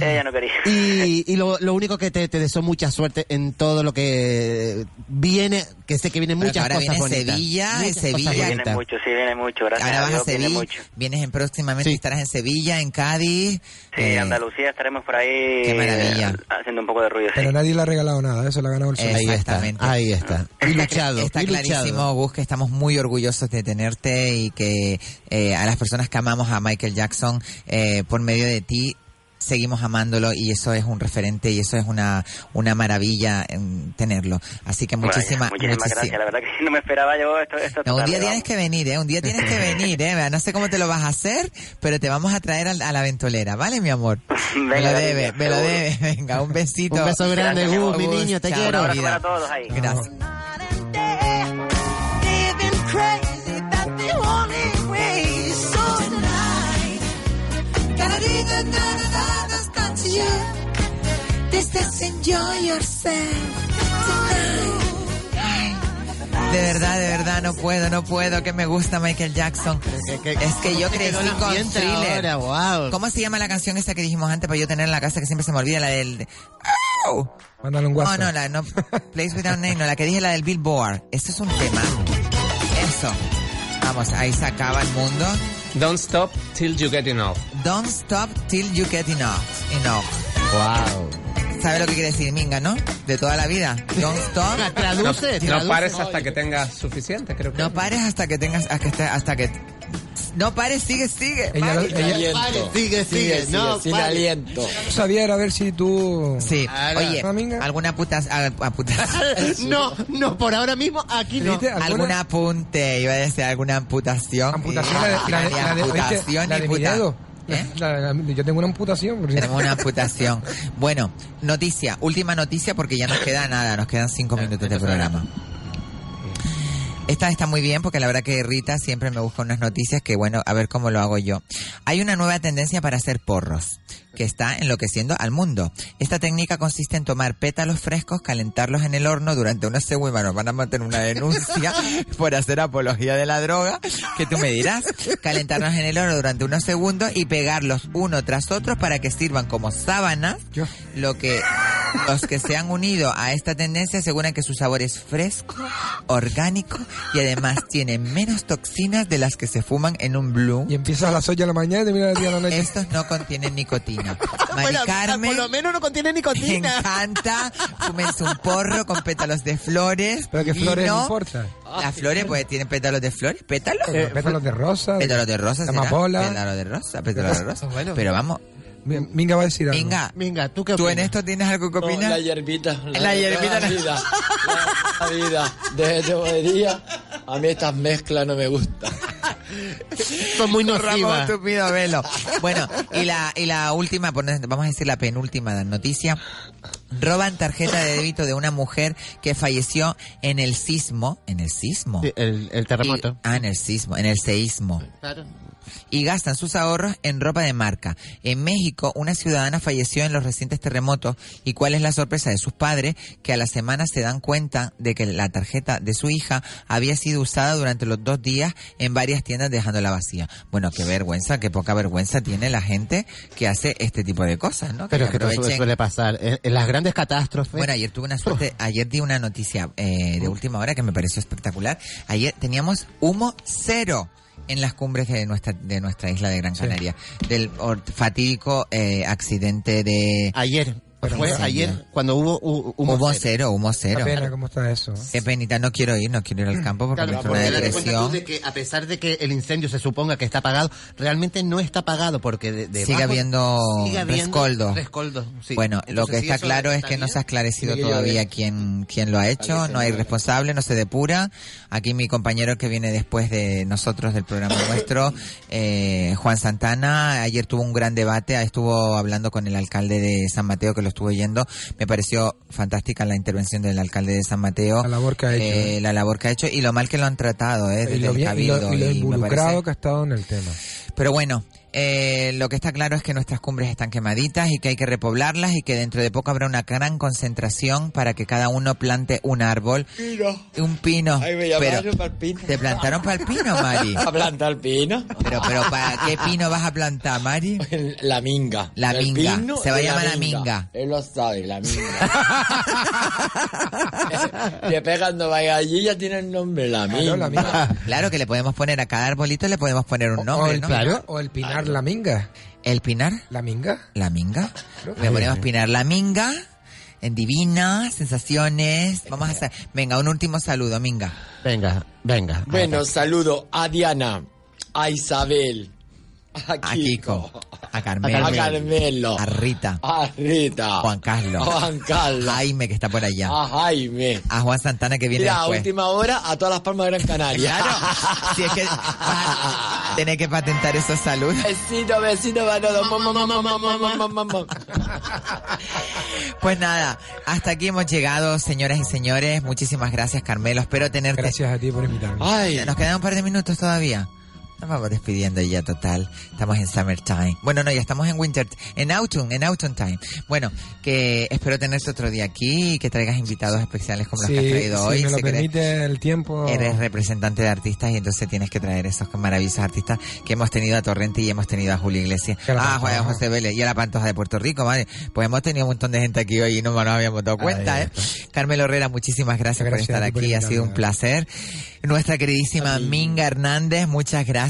Ella no quería.
[LAUGHS] Y, y lo, lo único que te, te deseo mucha suerte en todo lo que viene, que sé que vienen
Pero que
muchas
ahora
cosas
viene
bonitas.
Sevilla,
Muchas
en Sevilla.
cosas
Viene
bonitas.
Mucho, sí, viene mucho, gracias
Ahora
a
vas a
Dios, viene
Sevilla,
mucho.
vienes en próximamente, estarás en Sevilla, en Cádiz.
Sí,
eh,
Andalucía estaremos por ahí
Qué maravilla.
eh, haciendo un poco de ruido. sí.
Pero nadie le ha regalado nada, eso lo ha ganado el sol.
Exactamente.
Ahí está.
Y luchado. Está
y luchado.
clarísimo, Gus, que estamos muy orgullosos de tenerte y que eh, a las personas que amamos a Michael Jackson, eh, por medio de ti, seguimos amándolo y eso es un referente y eso es una, una maravilla em, tenerlo. Así que
Vaya,
muchísimas,
muchísimas gracias. La verdad que [LAUGHS] no me esperaba yo esto. esto
No, un
tarde,
día tienes
vamos.
que venir, ¿eh? Un día tienes que venir, ¿eh? No sé cómo te lo vas a hacer, pero te vamos a traer al- a, la ventolera, ¿vale, mi [LAUGHS] amor? me lo
Venga,
debe,
cariño,
me lo
seguro.
debe. Venga, un besito.
Un beso grande,
Gracias,
Gus, mi
Gus.
niño, te
Chao,
quiero.
un abrazo
Vida.
para todos ahí. Gracias.
Living crazy, that's the only way. So tonight, gotta do the da da da that's not to you. This just enjoy yourself tonight.
De verdad, de verdad, no puedo, no puedo, que me gusta Michael Jackson. es que yo
¿cómo te
crecí
quedó el
con
ambiente
thriller.
ahora? Guau.
¿Cómo se llama la canción esa que dijimos antes para yo tener en la casa que siempre se me olvida? La del... ¡Au! Oh,
Mándale un WhatsApp.
No, no, la no, Place Without Name, no, la que dije, la del Billboard. Este es un tema. Eso. Vamos, ahí se acaba el mundo.
Don't stop till you get enough.
Don't stop till you get enough. Enough.
Wow.
¿Sabe lo que quiere decir Minga, no? De toda la vida. Don't stop.
[LAUGHS]
no, No pares hasta que tengas suficiente, creo que.
No pares hasta que tengas, hasta que, estés- hasta que no pares, sigue, sigue.
Ella lo-
Vale.
ella- Sin aliento. Sigue, sigue, sin aliento. Xavier, a ver si tú...
Sí. Oye, alguna putas, a- a putas.
no, no, por ahora mismo aquí no.
¿Alguna? apunte, iba a decir alguna amputación.
Amputación, la de- la de- la de- ¿viste?
amputación
La de
y
mi
puta-
dedo. La- la- yo tengo una amputación. por si-
Tenemos una amputación. Bueno, noticia, última noticia porque ya nos queda nada, nos quedan cinco minutos de programa. Esta está muy bien porque la verdad que Rita siempre me busca unas noticias que, bueno, a ver cómo lo hago yo. Hay una nueva tendencia para hacer porros que está enloqueciendo al mundo. Esta técnica consiste en tomar pétalos frescos, calentarlos en el horno durante una semana. Bueno, van a mantener una denuncia por hacer apología de la droga, que tú me dirás. Calentarlos en el horno durante unos segundos y pegarlos uno tras otro para que sirvan como sábana. Lo que los que se han unido a esta tendencia aseguran que su sabor es fresco, orgánico y además tiene menos toxinas de las que se fuman en un bloom.
Y empiezas a las 8 de la mañana y terminas a las 10 de la noche.
Estos no contienen nicotina. Mari
Bueno,
Carmen.
por lo
menos no contiene
nicotina. Me encanta. Fúmense un porro con pétalos de flores.
Pero que
vino.
flores no importa.
Las flores, pues tienen pétalos de flores. Pétalos.
Eh, pétalos de rosa.
Pétalos de rosa. será.
amapola.
Pétalos de rosa. Pétalos de rosa. Pero vamos.
Minga va a decir algo.
Minga,
Minga, ¿tú qué
¿Tú en esto tienes algo que
No,
opinar?
la hierbita.
La, hierbita.
La vida. La, la vida. De de bobería, A mí estas mezclas no
[LAUGHS]
me gustan.
Son muy
Ramón
nocivas.
Tupido Velo. Bueno, y la, y la última, por no- vamos a decir la penúltima noticia. Roban tarjeta de débito de una mujer que falleció en el sismo. ¿En el sismo?
Sí, el, el terremoto.
Y- ah, en el sismo, en el seísmo.
Claro.
Y gastan sus ahorros en ropa de marca. En México, una ciudadana falleció en los recientes terremotos. ¿Y cuál es la sorpresa de sus padres? Que a la semana se dan cuenta de que la tarjeta de su hija había sido usada durante los dos días en varias tiendas dejándola vacía. Bueno, qué vergüenza, qué poca vergüenza tiene la gente que hace este tipo de cosas, ¿no?
Pero es
que
que todo eso
aprovechen-
suele pasar. En, en las grandes catástrofes.
bueno, ayer tuve una
[LAUGHS]
suerte, ayer di una noticia eh, de última hora que me pareció espectacular. Ayer teníamos humo cero en las cumbres de nuestra de nuestra isla de Gran Canaria del or- fatídico eh, accidente de
Ayer.
Pero
Fue
bueno.
ayer cuando hubo hu- humo,
Humo cero, humo cero.
Qué pena, ¿cómo está eso?
Qué penita, no quiero ir, no quiero ir al campo porque
Mm, Claro,
me entra
porque
una
date cuenta tú
depresión.
de que a pesar de que el incendio se suponga que está apagado, realmente no está apagado porque de, de
Sigue
bajo-
habiendo
sigue habiendo
rescoldo.
rescoldo, sí.
Bueno, lo
Entonces,
que
si
está
eso
claro es
está
que no
bien,
se ha esclarecido
tiene que llover.
todavía quién, quién lo ha hecho, no hay responsable, no se depura. Aquí mi compañero que viene después de nosotros del
[LAUGHS]
programa nuestro, eh, Juan Santana, ayer tuvo un gran debate, ah, estuvo hablando con el alcalde de San Mateo que lo estuvo oyendo, me pareció fantástica la intervención del alcalde de San Mateo,
La labor que ha hecho,
eh, la labor que ha hecho y lo mal que lo han tratado eh,
Y
desde
lo,
el
bien- y lo-
cabildo.
y lo
y me parece-
involucrado que ha estado en el tema.
pero bueno, eh, lo que está claro es que nuestras cumbres están quemaditas y que hay que repoblarlas y que dentro de poco habrá una gran concentración para que cada uno plante un árbol. Un pino. Pero, ¿Te plantaron para el pino, Mari?
[LAUGHS] A plantar pino.
Pero, pero, ¿para qué pino vas a plantar, Mari?
[LAUGHS] La minga.
La
El
minga.
pino
Se va a
y
llamar la
[LAUGHS]
minga.
Él lo sabe,
[LAUGHS]
la minga. que pegando vaya allí ya tiene el nombre, la minga.
Claro que le podemos poner a cada arbolito le podemos poner un nombre,
o el
¿no?
pinar, o el pinar la minga.
¿El pinar?
La minga.
La minga. Le ponemos pinar la minga. En divina, sensaciones. Vamos a hacer. Venga, un último saludo, minga.
Venga, venga.
Bueno, saludo a Diana, a Isabel, a
A
Kiko,
a Carmelo.
a Carmelo,
A Rita.
a Rita,
Juan Carlos.
a Juan Carlos,
Jaime, que está por allá.
a Jaime.
A Juan Santana, que viene
Mira, a
después.
última hora a todas las palmas de Gran Canaria. [LAUGHS]
Si es que Tiene que patentar esos saludos.
Besito, besito, Manolo. Mam, mam, mam, mam, mam, mam, mam, mam, mam.
Pues nada, hasta aquí hemos llegado, señoras y señores. Muchísimas gracias, Carmelo. Espero tenerte.
Gracias a ti por invitarme.
Ay. Nos quedan un par de minutos todavía. Nos vamos despidiendo ya total. Estamos en summertime. Bueno, no, ya estamos en winter, en autumn, en autumn time. Bueno, que espero tenerte otro día aquí y que traigas invitados especiales como los que has
Si,
traído hoy.
si me lo
Sé que eres-
permite el tiempo.
Eres representante de artistas y entonces tienes que traer esos maravillosos artistas que hemos tenido a Torrente y hemos tenido a Julio Iglesias.
a la
Ah,
Pantoja.
a José Vélez y a la Pantoja de Puerto Rico, vale. Pues hemos tenido un montón de gente aquí hoy y no nos habíamos dado cuenta,
Ahí
¿eh? Carmelo Herrera, muchísimas gracias,
Gracias
por estar
a ti por
aquí, ha sido un placer. Nuestra queridísima Minga Hernández, muchas gracias.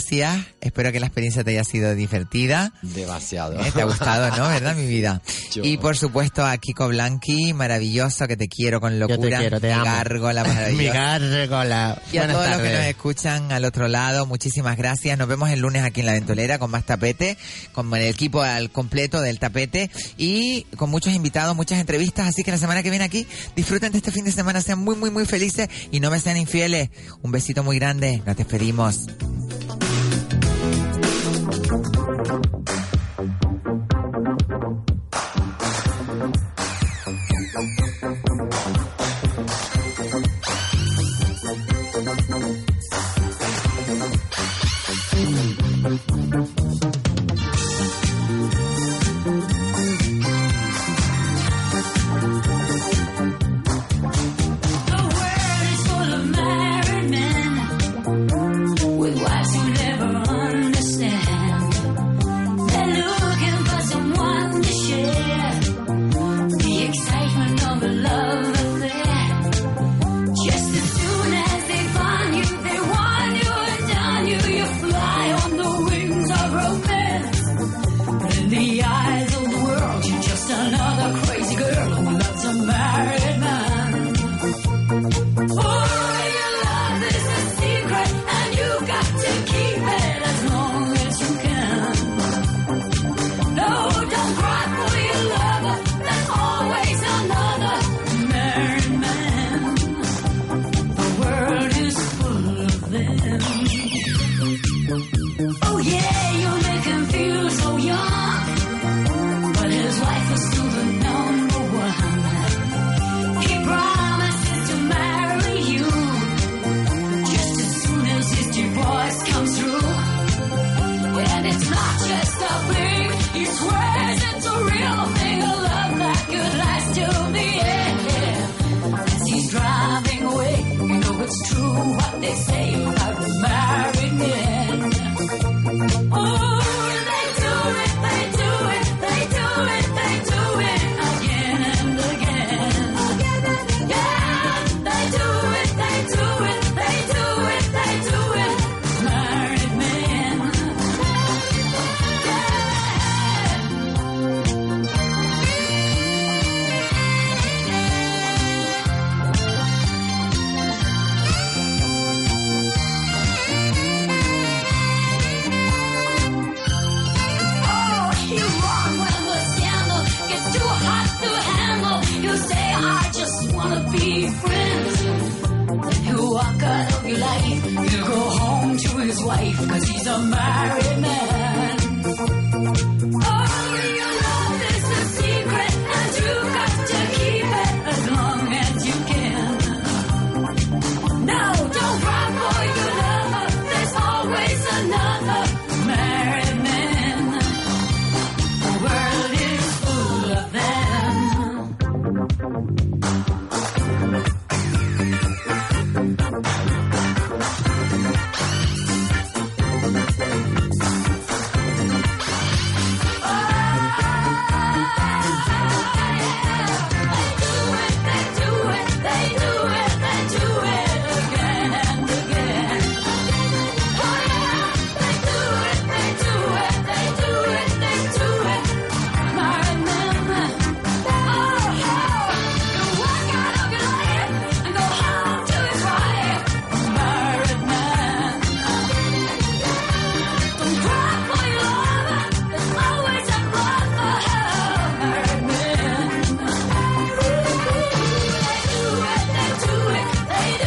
Espero que la experiencia te haya sido divertida.
Demasiado.
Eh, Te ha gustado,
[LAUGHS]
¿no? ¿Verdad, mi vida?
Yo.
Y por supuesto a Kiko Blanqui, maravilloso, que te quiero con
te
locura.
quiero, te amo. [LAUGHS]
Gárgola maravillosa.
Mi gárgola.
Y a
Buenas
todos los que
tardes.
nos escuchan al otro lado, muchísimas gracias. Nos vemos el lunes aquí en La Ventolera con más tapete, con el equipo al completo del tapete y con muchos invitados, muchas entrevistas. Así que la semana que viene aquí, disfruten de este fin de semana, sean muy, muy, muy felices y no me sean infieles. Un besito muy grande, nos despedimos.
The world is full of merry men with Oh, Oh, Oh, Oh, his wife because he's a married man. Only your love is a secret and you got to keep it as long as you can. No, don't cry for your lover. There's always another married man. The world is full of them. Oh, Oh,